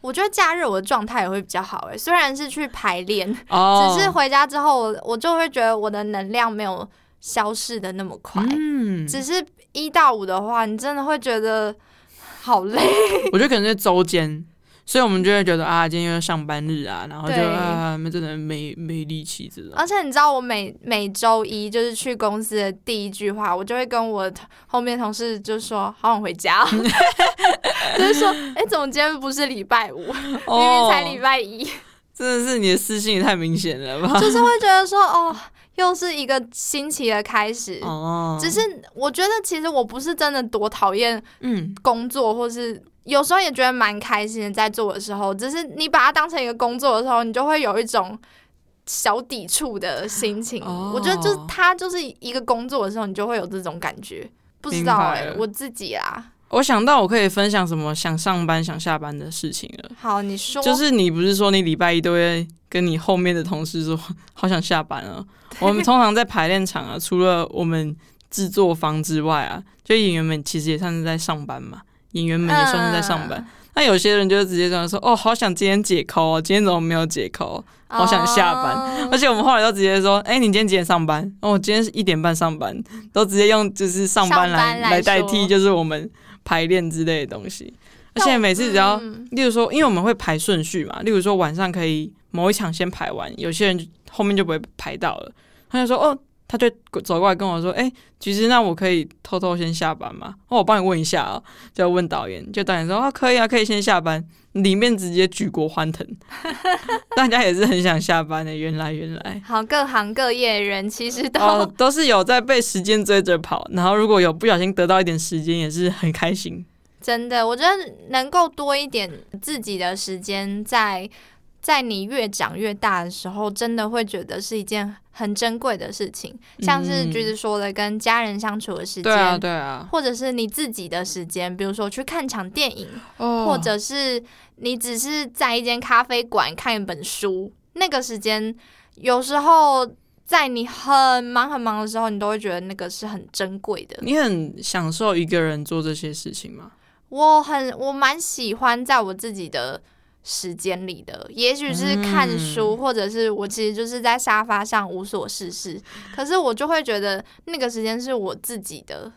[SPEAKER 1] 我觉得假日我的状态也会比较好欸诶，虽然是去排练，
[SPEAKER 2] 哦，
[SPEAKER 1] 只是回家之后，我我就会觉得我的能量没有消逝的那么快。
[SPEAKER 2] 嗯，
[SPEAKER 1] 只是一到五的话，你真的会觉得好累。
[SPEAKER 2] 我觉得可能是周间，所以我们就会觉得啊，今天又上班日啊，然后就
[SPEAKER 1] 对啊
[SPEAKER 2] 啊，真的没没力气这种。
[SPEAKER 1] 而且你知道，我每每周一就是去公司的第一句话，我就会跟我后面同事就说：“好想回家、 哦。” 就是说：“哎、怎么今天不是礼拜五？明明才礼
[SPEAKER 2] 哦，
[SPEAKER 1] 拜 一。
[SPEAKER 2] 真的是你的私信也太明显了吧？
[SPEAKER 1] 就是会觉得说：“哦，又是一个星期的开始。
[SPEAKER 2] 哦，
[SPEAKER 1] 只是我觉得，其实我不是真的多讨厌
[SPEAKER 2] 嗯，
[SPEAKER 1] 工作，或是有时候也觉得蛮开心的，在做的时候，只是你把它当成一个工作的时候，你就会有一种小抵触的心情。
[SPEAKER 2] 哦
[SPEAKER 1] 我觉得就是它就是一个工作的时候，你就会有这种感觉。不知道
[SPEAKER 2] 明
[SPEAKER 1] 哎、
[SPEAKER 2] 白了
[SPEAKER 1] 我自己啊啦。
[SPEAKER 2] 我想到我可以分享什么想上班想下班的事情了。
[SPEAKER 1] 好，你说，
[SPEAKER 2] 就是你不是说你礼拜一都会跟你后面的同事说 好想下班啊？我们通常在排练场啊，除了我们制作方之外啊，就演员们其实也算是在上班嘛，演员们也算是在上
[SPEAKER 1] 嗯
[SPEAKER 2] 班。那有些人就会直接这样说：“哦，好想今天解扣哦，今天怎么没有解扣？”好想下班
[SPEAKER 1] 哦
[SPEAKER 2] 而且我们后来都直接说：“哎、你今天几点上班？”哦，我今天是一点半上班，都直接用就是上班来
[SPEAKER 1] 上班来
[SPEAKER 2] 来代
[SPEAKER 1] 说
[SPEAKER 2] 替，就是我们排练之类的东西。而
[SPEAKER 1] 但
[SPEAKER 2] 且
[SPEAKER 1] 我
[SPEAKER 2] 每次只要
[SPEAKER 1] 嗯
[SPEAKER 2] 例如说，因为我们会排顺序嘛，例如说晚上可以某一场先排完，有些人就后面就不会排到了。他就说：“哦，他就走过来跟我说，哎、其实那我可以偷偷先下班吗？哦，我帮你问一下啊、就问导演，就导演说：“哦，可以啊，可以先下班。”里面直接举国欢腾，大家也是很想下班的、欸原来，原来。
[SPEAKER 1] 好，各行各业人其实都、
[SPEAKER 2] 哦，都是有在被时间追着跑，然后如果有不小心得到一点时间，也是很开心。
[SPEAKER 1] 真的，我觉得能够多一点自己的时间在。在你越长越大的时候，真的会觉得是一件很珍贵的事情，像是
[SPEAKER 2] 嗯
[SPEAKER 1] 橘子说的，跟家人相处的时间，
[SPEAKER 2] 对啊，对啊，
[SPEAKER 1] 或者是你自己的时间，比如说去看场电影，
[SPEAKER 2] 哦，
[SPEAKER 1] 或者是你只是在一间咖啡馆看一本书，那个时间有时候在你很忙很忙的时候，你都会觉得那个是很珍贵的。
[SPEAKER 2] 你很享受一个人做这些事情吗？
[SPEAKER 1] 我很我蛮喜欢在我自己的时间里的，也许是看
[SPEAKER 2] 嗯
[SPEAKER 1] 书，或者是我其实就是在沙发上无所事事。可是我就会觉得那个时间是我自己的，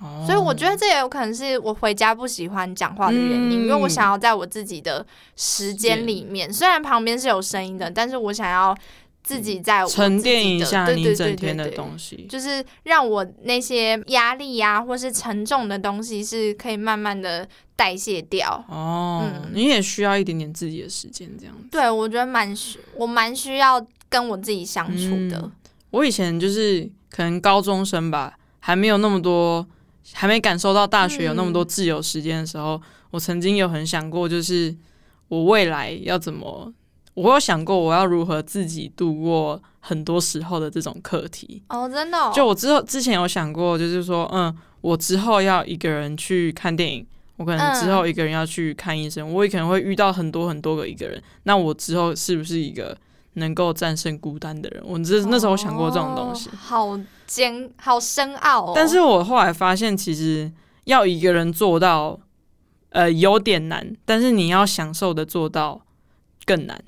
[SPEAKER 2] 哦
[SPEAKER 1] 所以我觉得这也有可能是我回家不喜欢讲话的原因，
[SPEAKER 2] 嗯
[SPEAKER 1] 因为我想要在我自己的时间里面，虽然旁边是有声音的，但是我想要自己在我
[SPEAKER 2] 沉
[SPEAKER 1] 自己的
[SPEAKER 2] 淀一下
[SPEAKER 1] 对对
[SPEAKER 2] 你
[SPEAKER 1] 对
[SPEAKER 2] 整
[SPEAKER 1] 对
[SPEAKER 2] 天的
[SPEAKER 1] 对
[SPEAKER 2] 东西。
[SPEAKER 1] 就是让我那些压力呀、或是沉重的东西是可以慢慢的代谢掉。
[SPEAKER 2] 哦，
[SPEAKER 1] 嗯
[SPEAKER 2] 你也需要一点点自己的时间，这样子。
[SPEAKER 1] 对，我觉得蛮需，我蛮需要跟我自己相处的。
[SPEAKER 2] 嗯我以前就是可能高中生吧，还没有那么多，还没感受到大学有那么
[SPEAKER 1] 嗯
[SPEAKER 2] 多自由时间的时候，我曾经有很想过，就是我未来要怎么，我有想过我要如何自己度过很多时候的这种课题。
[SPEAKER 1] 哦，真的、哦，
[SPEAKER 2] 就我之后之前有想过，就是说，嗯，我之后要一个人去看电影，我可能之后一个人要去看医生，我也可能会遇到很多很多个一个人。那我之
[SPEAKER 1] 哦
[SPEAKER 2] 后是不是一个能够战胜孤单的人？我这那时候想过这种东西
[SPEAKER 1] 哦，好尖，好深奥哦。
[SPEAKER 2] 但是我后来发现，其实要一个人做到，呃，有点难，但是你要享受的做到更难。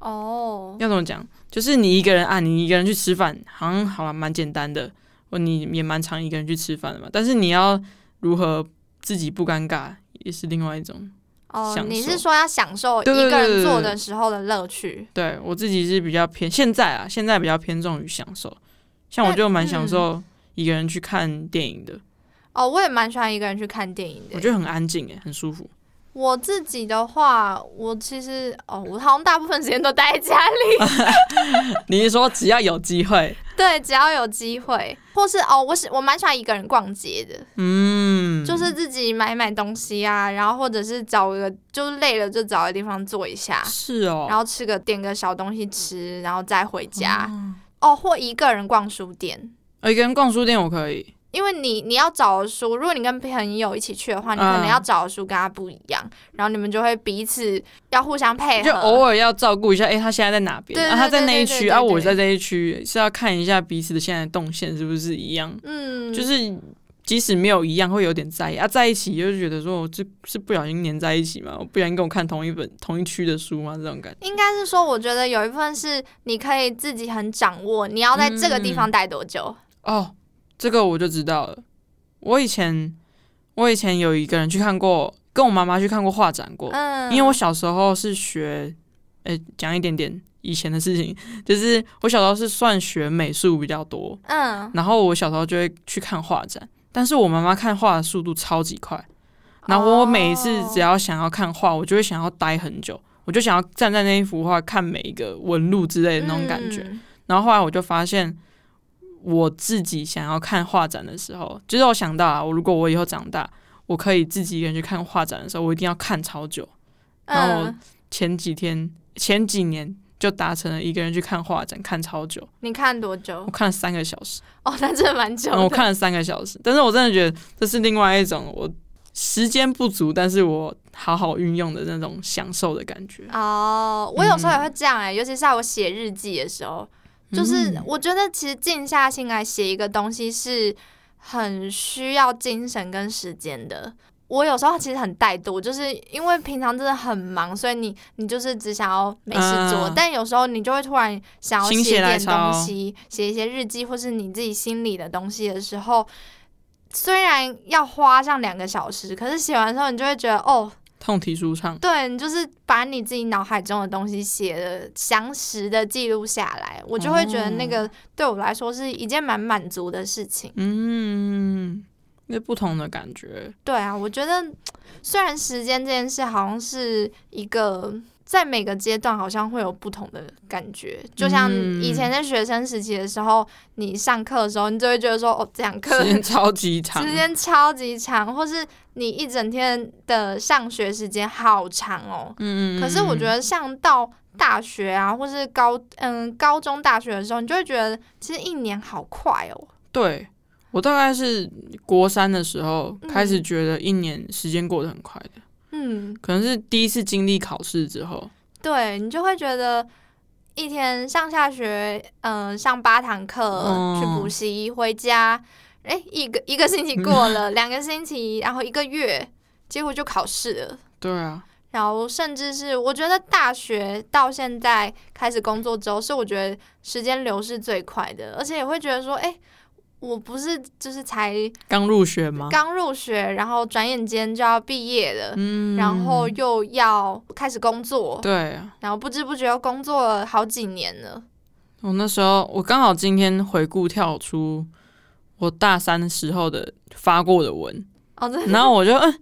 [SPEAKER 1] 哦，
[SPEAKER 2] 要怎么讲？就是你一个人啊，你一个人去吃饭，好像好了，蛮简单的。哦，你也蛮常一个人去吃饭的嘛。但是你要如何自己不尴尬，也是另外一种。
[SPEAKER 1] 哦，
[SPEAKER 2] 享
[SPEAKER 1] 你
[SPEAKER 2] 受
[SPEAKER 1] 是说要享受一
[SPEAKER 2] 对对
[SPEAKER 1] 个
[SPEAKER 2] 对对
[SPEAKER 1] 人做
[SPEAKER 2] 对
[SPEAKER 1] 的时候的乐趣？
[SPEAKER 2] 对我自己是比较偏现在啊，现在比较偏重于享受。像我
[SPEAKER 1] 那嗯
[SPEAKER 2] 就蛮享受一个人去看电影的，
[SPEAKER 1] 哦，我也蛮喜欢一个人去看电影的
[SPEAKER 2] 我
[SPEAKER 1] 耶。
[SPEAKER 2] 觉得很安静诶，欸很舒服。
[SPEAKER 1] 我自己的话，我其实哦，我好像大部分时间都待在家里。
[SPEAKER 2] 你是说只要有机会，
[SPEAKER 1] 对，只要有机会，或是哦，我是我蛮喜欢一个人逛街的，
[SPEAKER 2] 嗯，
[SPEAKER 1] 就是自己买买东西啊，然后或者是找一个，就是累了就找个地方坐一下，
[SPEAKER 2] 是哦，
[SPEAKER 1] 然后吃个点个小东西吃，然后再回家。哦，或一个人逛书店。
[SPEAKER 2] 呃一个人逛书店我可以，
[SPEAKER 1] 因为你你要找的书，如果你跟朋友一起去的话，你可能
[SPEAKER 2] 嗯
[SPEAKER 1] 要找的书跟他不一样，然后你们就会彼此要互相配合，
[SPEAKER 2] 就偶尔要照顾一下，哎、他现在在哪边？
[SPEAKER 1] 哎对
[SPEAKER 2] 啊，他在那一
[SPEAKER 1] 对对
[SPEAKER 2] 区，
[SPEAKER 1] 对
[SPEAKER 2] 啊，
[SPEAKER 1] 对对
[SPEAKER 2] 我在这一区，是要看一下彼此的现在的动线是不是一样，
[SPEAKER 1] 嗯，
[SPEAKER 2] 就是。即使没有一样，会有点在意啊，在一起就是觉得说，我这是不小心粘在一起嘛，我不小心跟我看同一本同一区的书嘛，这种感觉。
[SPEAKER 1] 应该是说，我觉得有一部分是你可以自己很掌握，你要在这个
[SPEAKER 2] 嗯
[SPEAKER 1] 地方待多久。
[SPEAKER 2] 哦，这个我就知道了。我以前我以前有一个人去看过，跟我妈妈去看过画展过，
[SPEAKER 1] 嗯，
[SPEAKER 2] 因为我小时候是学，呃、讲一点点以前的事情，就是我小时候是算学美术比较多，
[SPEAKER 1] 嗯，
[SPEAKER 2] 然后我小时候就会去看画展，但是我妈妈看画的速度超级快，然后我每一次只
[SPEAKER 1] 要
[SPEAKER 2] 要想要看画，我就会想要待很久，我就想要站在那一幅画看每一个纹路之类的那种感
[SPEAKER 1] 嗯
[SPEAKER 2] 觉，然后后来我就发现，我自己想要看画展的时候，就是我想到啊，我如果我以后长大，我可以自己一个人去看画展的时候，我一定要看超久。然后我
[SPEAKER 1] 嗯，
[SPEAKER 2] 前几天、前几年就达成了一个人去看画展，看超久，
[SPEAKER 1] 你看多久
[SPEAKER 2] 我？看了三个小时，
[SPEAKER 1] 哦，那真的蛮久
[SPEAKER 2] 然嗯后我
[SPEAKER 1] 的。
[SPEAKER 2] 看了三个小时，但是我真的觉得这是另外一种我时间不足，但是我好好运用的那种享受的感觉。嗯
[SPEAKER 1] 哦，我有时候也会这样哎、尤其是在我写日记的时候，就是我觉得其实静下心来写一个东西是很需要精神跟时间的。我有时候其实很怠惰，就是因为平常真的很忙，所以你你就是只想要没事做，
[SPEAKER 2] 嗯
[SPEAKER 1] 但有时候你就会突然想要
[SPEAKER 2] 心
[SPEAKER 1] 写
[SPEAKER 2] 血
[SPEAKER 1] 一
[SPEAKER 2] 来
[SPEAKER 1] 点
[SPEAKER 2] 潮
[SPEAKER 1] 东西，写一些日记或是你自己心里的东西的时候，虽然要花上两个小时，可是写完之后你就会觉得哦，
[SPEAKER 2] 痛体舒畅，
[SPEAKER 1] 对，你就是把你自己脑海中的东西写的详实的记录下来，我就会觉得那
[SPEAKER 2] 哦
[SPEAKER 1] 个对我来说是一件蛮满足的事情。
[SPEAKER 2] 嗯，那不同的感觉。
[SPEAKER 1] 对啊，我觉得虽然时间这件事好像是一个在每个阶段好像会有不同的感觉，就像
[SPEAKER 2] 嗯
[SPEAKER 1] 以前在学生时期的时候，你上课的时候，你就会觉得说哦，这堂课
[SPEAKER 2] 时间超级长，
[SPEAKER 1] 时间超级长，或是你一整天的上学时间好长哦。
[SPEAKER 2] 嗯
[SPEAKER 1] 可是我觉，得像到大学啊，或是高嗯高中、大学的时候，你就会觉得其实一年好快哦。
[SPEAKER 2] 对我大概是国三的时候
[SPEAKER 1] 嗯
[SPEAKER 2] 开始觉得一年时间过得很快的，
[SPEAKER 1] 嗯，
[SPEAKER 2] 可能是第一次经历考试之后，
[SPEAKER 1] 对你就会觉得一天上下学，嗯、上八堂课，
[SPEAKER 2] 哦
[SPEAKER 1] 去补习，回家，哎、一个一个星期过了，两个星期，然后一个月，结果就考试了。
[SPEAKER 2] 对啊，
[SPEAKER 1] 然后，甚至是我觉得大学到现在开始工作之后，是我觉得时间流逝最快的，而且也会觉得说，哎、我不是就是才
[SPEAKER 2] 刚入学嘛，
[SPEAKER 1] 刚入学，然后转眼间就要毕业了，
[SPEAKER 2] 嗯
[SPEAKER 1] 然后又要开始工作，
[SPEAKER 2] 对啊，
[SPEAKER 1] 然后不知不觉又工作了好几年了。
[SPEAKER 2] 我哦那时候我刚好今天回顾跳出我大三时候的发过的文，
[SPEAKER 1] 哦，真的，
[SPEAKER 2] 然后我就嗯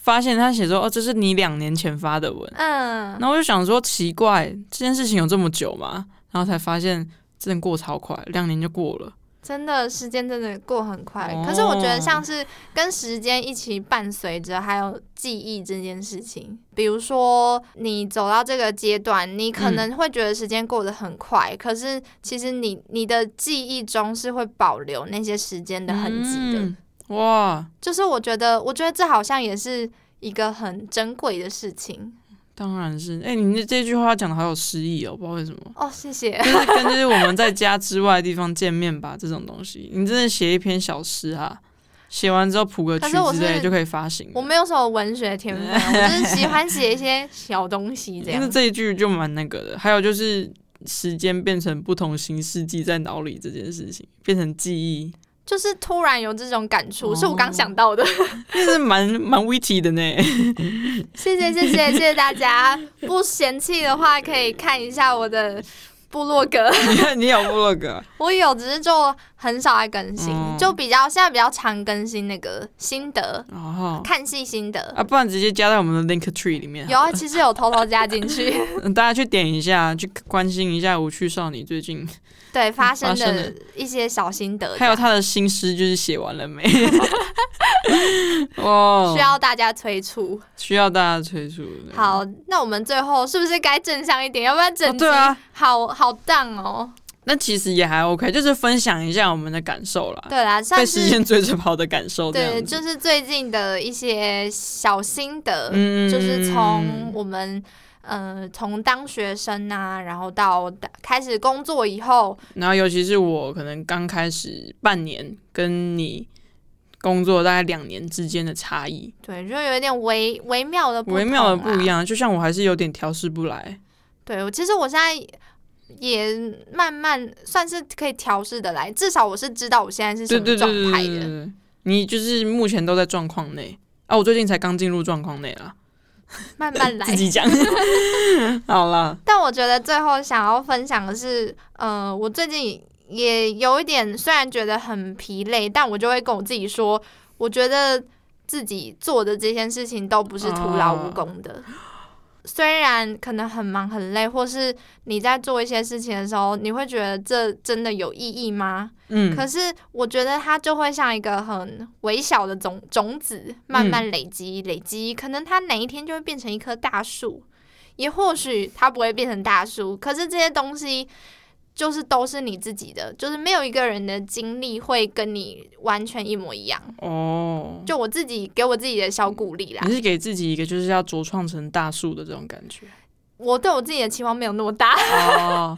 [SPEAKER 2] 发现他写说哦这是你两年前发的文，
[SPEAKER 1] 嗯
[SPEAKER 2] 然，后我就想说奇怪这件事情有这么久吗？然后才发现真的过超快，两年就过了。
[SPEAKER 1] 真的时间真的过很快。
[SPEAKER 2] 哦
[SPEAKER 1] 可是我觉得像是跟时间一起伴随着，还有记忆这件事情。比如说你走到这个阶段，你可
[SPEAKER 2] 嗯
[SPEAKER 1] 能会觉得时间过得很快，可是其实你你的记忆中是会保留那些时间的痕迹的。
[SPEAKER 2] 嗯哇，
[SPEAKER 1] 就是我觉得，我觉得这好像也是一个很珍贵的事情。
[SPEAKER 2] 当然是，哎、你这这句话讲的好有诗意哦，不知道为什么。
[SPEAKER 1] 哦，谢谢。
[SPEAKER 2] 就是 跟就是我们在家之外的地方见面吧，这种东西，你真的写一篇小诗啊，写完之后谱个曲
[SPEAKER 1] 可是我
[SPEAKER 2] 之
[SPEAKER 1] 是
[SPEAKER 2] 类就可以发行了。
[SPEAKER 1] 我没有什么文学天分，我就是喜欢写一些小东西这
[SPEAKER 2] 因为
[SPEAKER 1] 样。
[SPEAKER 2] 这一句就蛮那个的。还有就是时间变成不同形式记在脑里这件事情，变成记忆，
[SPEAKER 1] 就是突然有这种感触，
[SPEAKER 2] 哦
[SPEAKER 1] 是我刚想到 的。
[SPEAKER 2] 这是蛮蛮 witty 的呢。
[SPEAKER 1] 谢谢谢谢谢谢大家，不嫌弃的话可以看一下我的部落 格，
[SPEAKER 2] 你看你有部落格啊，
[SPEAKER 1] 我有，只是就很少爱更新，
[SPEAKER 2] 哦
[SPEAKER 1] 就比较现在比较常更新那个心得，
[SPEAKER 2] 然后
[SPEAKER 1] 看戏心得。
[SPEAKER 2] 啊，不然直接加在我们的 Link Tree 里面好
[SPEAKER 1] 哦有
[SPEAKER 2] 了，
[SPEAKER 1] 啊，其实有偷偷加进去，
[SPEAKER 2] 大家去点一下，去关心一下无趣少女最近，
[SPEAKER 1] 对发生
[SPEAKER 2] 发生
[SPEAKER 1] 的一些小心得，
[SPEAKER 2] 还有她的新诗就是写完 了没？哦，
[SPEAKER 1] 需要大家催促。
[SPEAKER 2] 需要大家催促。对
[SPEAKER 1] 好，那我们最后是不是该正向一点？要不然整
[SPEAKER 2] 哦
[SPEAKER 1] 集
[SPEAKER 2] 对啊，
[SPEAKER 1] 好好荡哦。
[SPEAKER 2] 那其实也还 OK，就是分享一下我们的感受啦，
[SPEAKER 1] 对啦，算
[SPEAKER 2] 啊被时
[SPEAKER 1] 是
[SPEAKER 2] 间追着跑的感受这
[SPEAKER 1] 对，
[SPEAKER 2] 样子。
[SPEAKER 1] 就是最近的一些小心得，
[SPEAKER 2] 嗯
[SPEAKER 1] 就是从我们。呃，从当学生啊，然后到大开始工作以后，
[SPEAKER 2] 然后尤其是我可能刚开始半年跟你工作大概两年之间的差异，
[SPEAKER 1] 对，就有一点微微妙的不同啊
[SPEAKER 2] 微妙的不一
[SPEAKER 1] 啦。
[SPEAKER 2] 样。就像我还是有点调试不来，
[SPEAKER 1] 对，我其实我现在也慢慢算是可以调试的来，至少我是知道我现在是什
[SPEAKER 2] 对
[SPEAKER 1] 么
[SPEAKER 2] 对
[SPEAKER 1] 状
[SPEAKER 2] 对对
[SPEAKER 1] 态
[SPEAKER 2] 对对
[SPEAKER 1] 的。
[SPEAKER 2] 对，你就是目前都在状况内啊，我最近才刚进入状况内啦，
[SPEAKER 1] 慢慢来
[SPEAKER 2] 自，己讲。好啦，
[SPEAKER 1] 但我觉得最后想要分享的是，呃，我最近也有一点，虽然觉得很疲累，但我就会跟我自己说，我觉得自己做的这件事情都不是徒劳无功的。虽然可能很忙很累，或是你在做一些事情的时候，你会觉得这真的有意义吗？
[SPEAKER 2] 嗯，
[SPEAKER 1] 可是我觉得它就会像一个很微小的种种子，慢慢累积、累积，可能它哪一天就会变成一棵大树，也或许它不会变成大树。可是这些东西就是都是你自己的，就是没有一个人的经历会跟你完全一模一样。
[SPEAKER 2] 哦，
[SPEAKER 1] 就我自己给我自己的小鼓励啦
[SPEAKER 2] 你，是给自己一个就是要茁壮成大树的这种感觉
[SPEAKER 1] 我对我自己的期望没有那么大，
[SPEAKER 2] 哦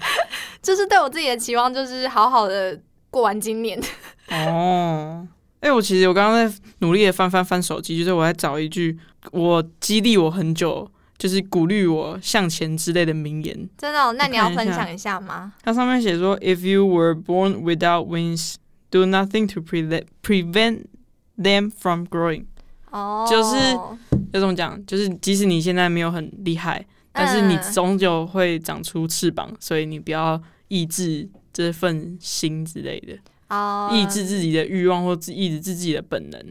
[SPEAKER 1] 就是对我自己的期望就是好好的过完今年。
[SPEAKER 2] 哦。哎、我其实我刚刚在努力的翻翻翻手机，就是我在找一句我激励我很久，就是鼓励我向前之类的名言。
[SPEAKER 1] 真的哦、那你要
[SPEAKER 2] 我看一
[SPEAKER 1] 分
[SPEAKER 2] 下
[SPEAKER 1] 享一下吗？
[SPEAKER 2] 它上面写说：“If you were born without wings, do nothing to pre prevent them from growing。
[SPEAKER 1] 哦，
[SPEAKER 2] 就是”要怎么讲？就是即使你现在没有很厉害，但是你
[SPEAKER 1] 嗯
[SPEAKER 2] 终究会长出翅膀，所以你不要抑制这份心之类的，
[SPEAKER 1] 哦
[SPEAKER 2] 抑制自己的欲望或自抑制自己的本能，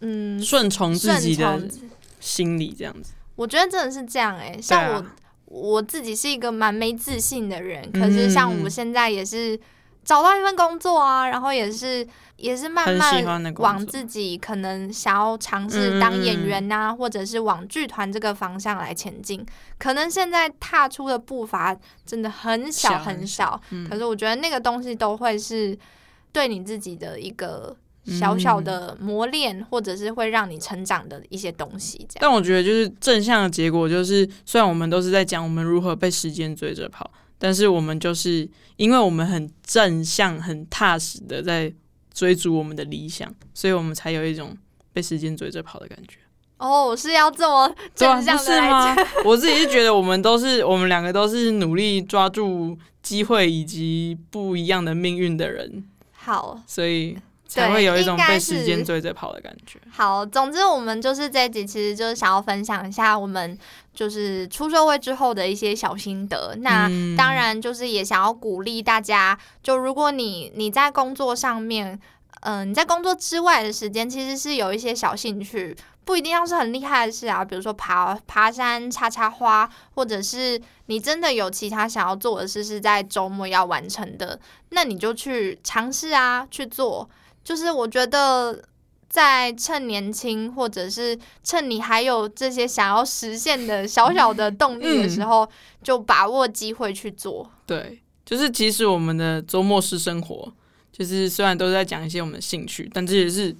[SPEAKER 1] 嗯，
[SPEAKER 2] 顺从自己
[SPEAKER 1] 顺
[SPEAKER 2] 的
[SPEAKER 1] 从
[SPEAKER 2] 心理这样子。
[SPEAKER 1] 我觉得真的是这样哎、
[SPEAKER 2] 对
[SPEAKER 1] 像我、
[SPEAKER 2] 啊，
[SPEAKER 1] 我自己是一个蛮没自信的人，
[SPEAKER 2] 嗯
[SPEAKER 1] 可是像我现在也是找到一份工作啊，然后也是也是慢
[SPEAKER 2] 很喜
[SPEAKER 1] 慢
[SPEAKER 2] 欢的工作嗯
[SPEAKER 1] 往自己可能想要尝试当演员呐、或者是往剧团这个方向来前进。可能现在踏出的步伐真的很小
[SPEAKER 2] 小
[SPEAKER 1] 很
[SPEAKER 2] 很
[SPEAKER 1] 小，
[SPEAKER 2] 嗯
[SPEAKER 1] 可是我觉得那个东西都会是对你自己的一个。小
[SPEAKER 2] 嗯
[SPEAKER 1] 小的磨练，或者是会让你成长的一些东西，这样。
[SPEAKER 2] 但我觉得就是正向的结果，就是虽然我们都是在讲我们如何被时间追着跑，但是我们就是因为我们很正向、很踏实的在追逐我们的理想，所以我们才有一种被时间追着跑的感觉。
[SPEAKER 1] 哦，我是要这么
[SPEAKER 2] 对啊，
[SPEAKER 1] 正向
[SPEAKER 2] 不
[SPEAKER 1] 的
[SPEAKER 2] 是
[SPEAKER 1] 来
[SPEAKER 2] 吗
[SPEAKER 1] 讲，？
[SPEAKER 2] 我自己是觉得我们都是，我们两个都是努力抓住机会以及不一样的命运的人，
[SPEAKER 1] 好
[SPEAKER 2] 所以才会有一种
[SPEAKER 1] 应该
[SPEAKER 2] 被
[SPEAKER 1] 是
[SPEAKER 2] 时间追着跑的感觉。
[SPEAKER 1] 好，总之我们就是这一集，其实就是想要分享一下我们就是出社会之后的一些小心得。那、
[SPEAKER 2] 嗯
[SPEAKER 1] 当然就是也想要鼓励大家，就如果你你在工作上面，嗯、你在工作之外的时间其实是有一些小兴趣，不一定要是很厉害的事啊，比如说爬爬山、插插花，或者是你真的有其他想要做的事是在周末要完成的，那你就去尝试啊，去做。就是我觉得。在趁年轻，或者是趁你还有这些想要实现的小小的动力的时候，
[SPEAKER 2] 嗯
[SPEAKER 1] 就把握机会去做。
[SPEAKER 2] 对，就是即使我们的周末式生活，就是虽然都是在讲一些我们的兴趣，但这也是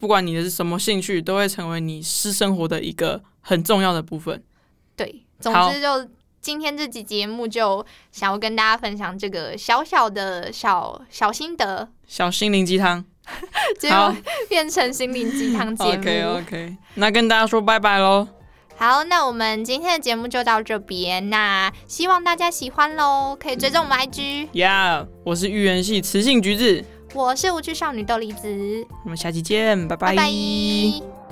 [SPEAKER 2] 不管你的是什么兴趣，都会成为你私生活的一个很重要的部分。
[SPEAKER 1] 对，总
[SPEAKER 2] 好
[SPEAKER 1] 之就今天这集节目就想要跟大家分享这个小小的小小心得，
[SPEAKER 2] 小心灵鸡汤。
[SPEAKER 1] 结
[SPEAKER 2] 好
[SPEAKER 1] 果变成心灵鸡汤节目。
[SPEAKER 2] OK OK，那跟大家说拜拜喽，
[SPEAKER 1] 好，那我们今天的节目就到这边，那希望大家喜欢喽，可以追踪我们 IG，
[SPEAKER 2] 呀、我是预言系雌性橘子，
[SPEAKER 1] 我是无趣少女豆梨子，
[SPEAKER 2] 我们下期见，
[SPEAKER 1] 拜拜。
[SPEAKER 2] 拜拜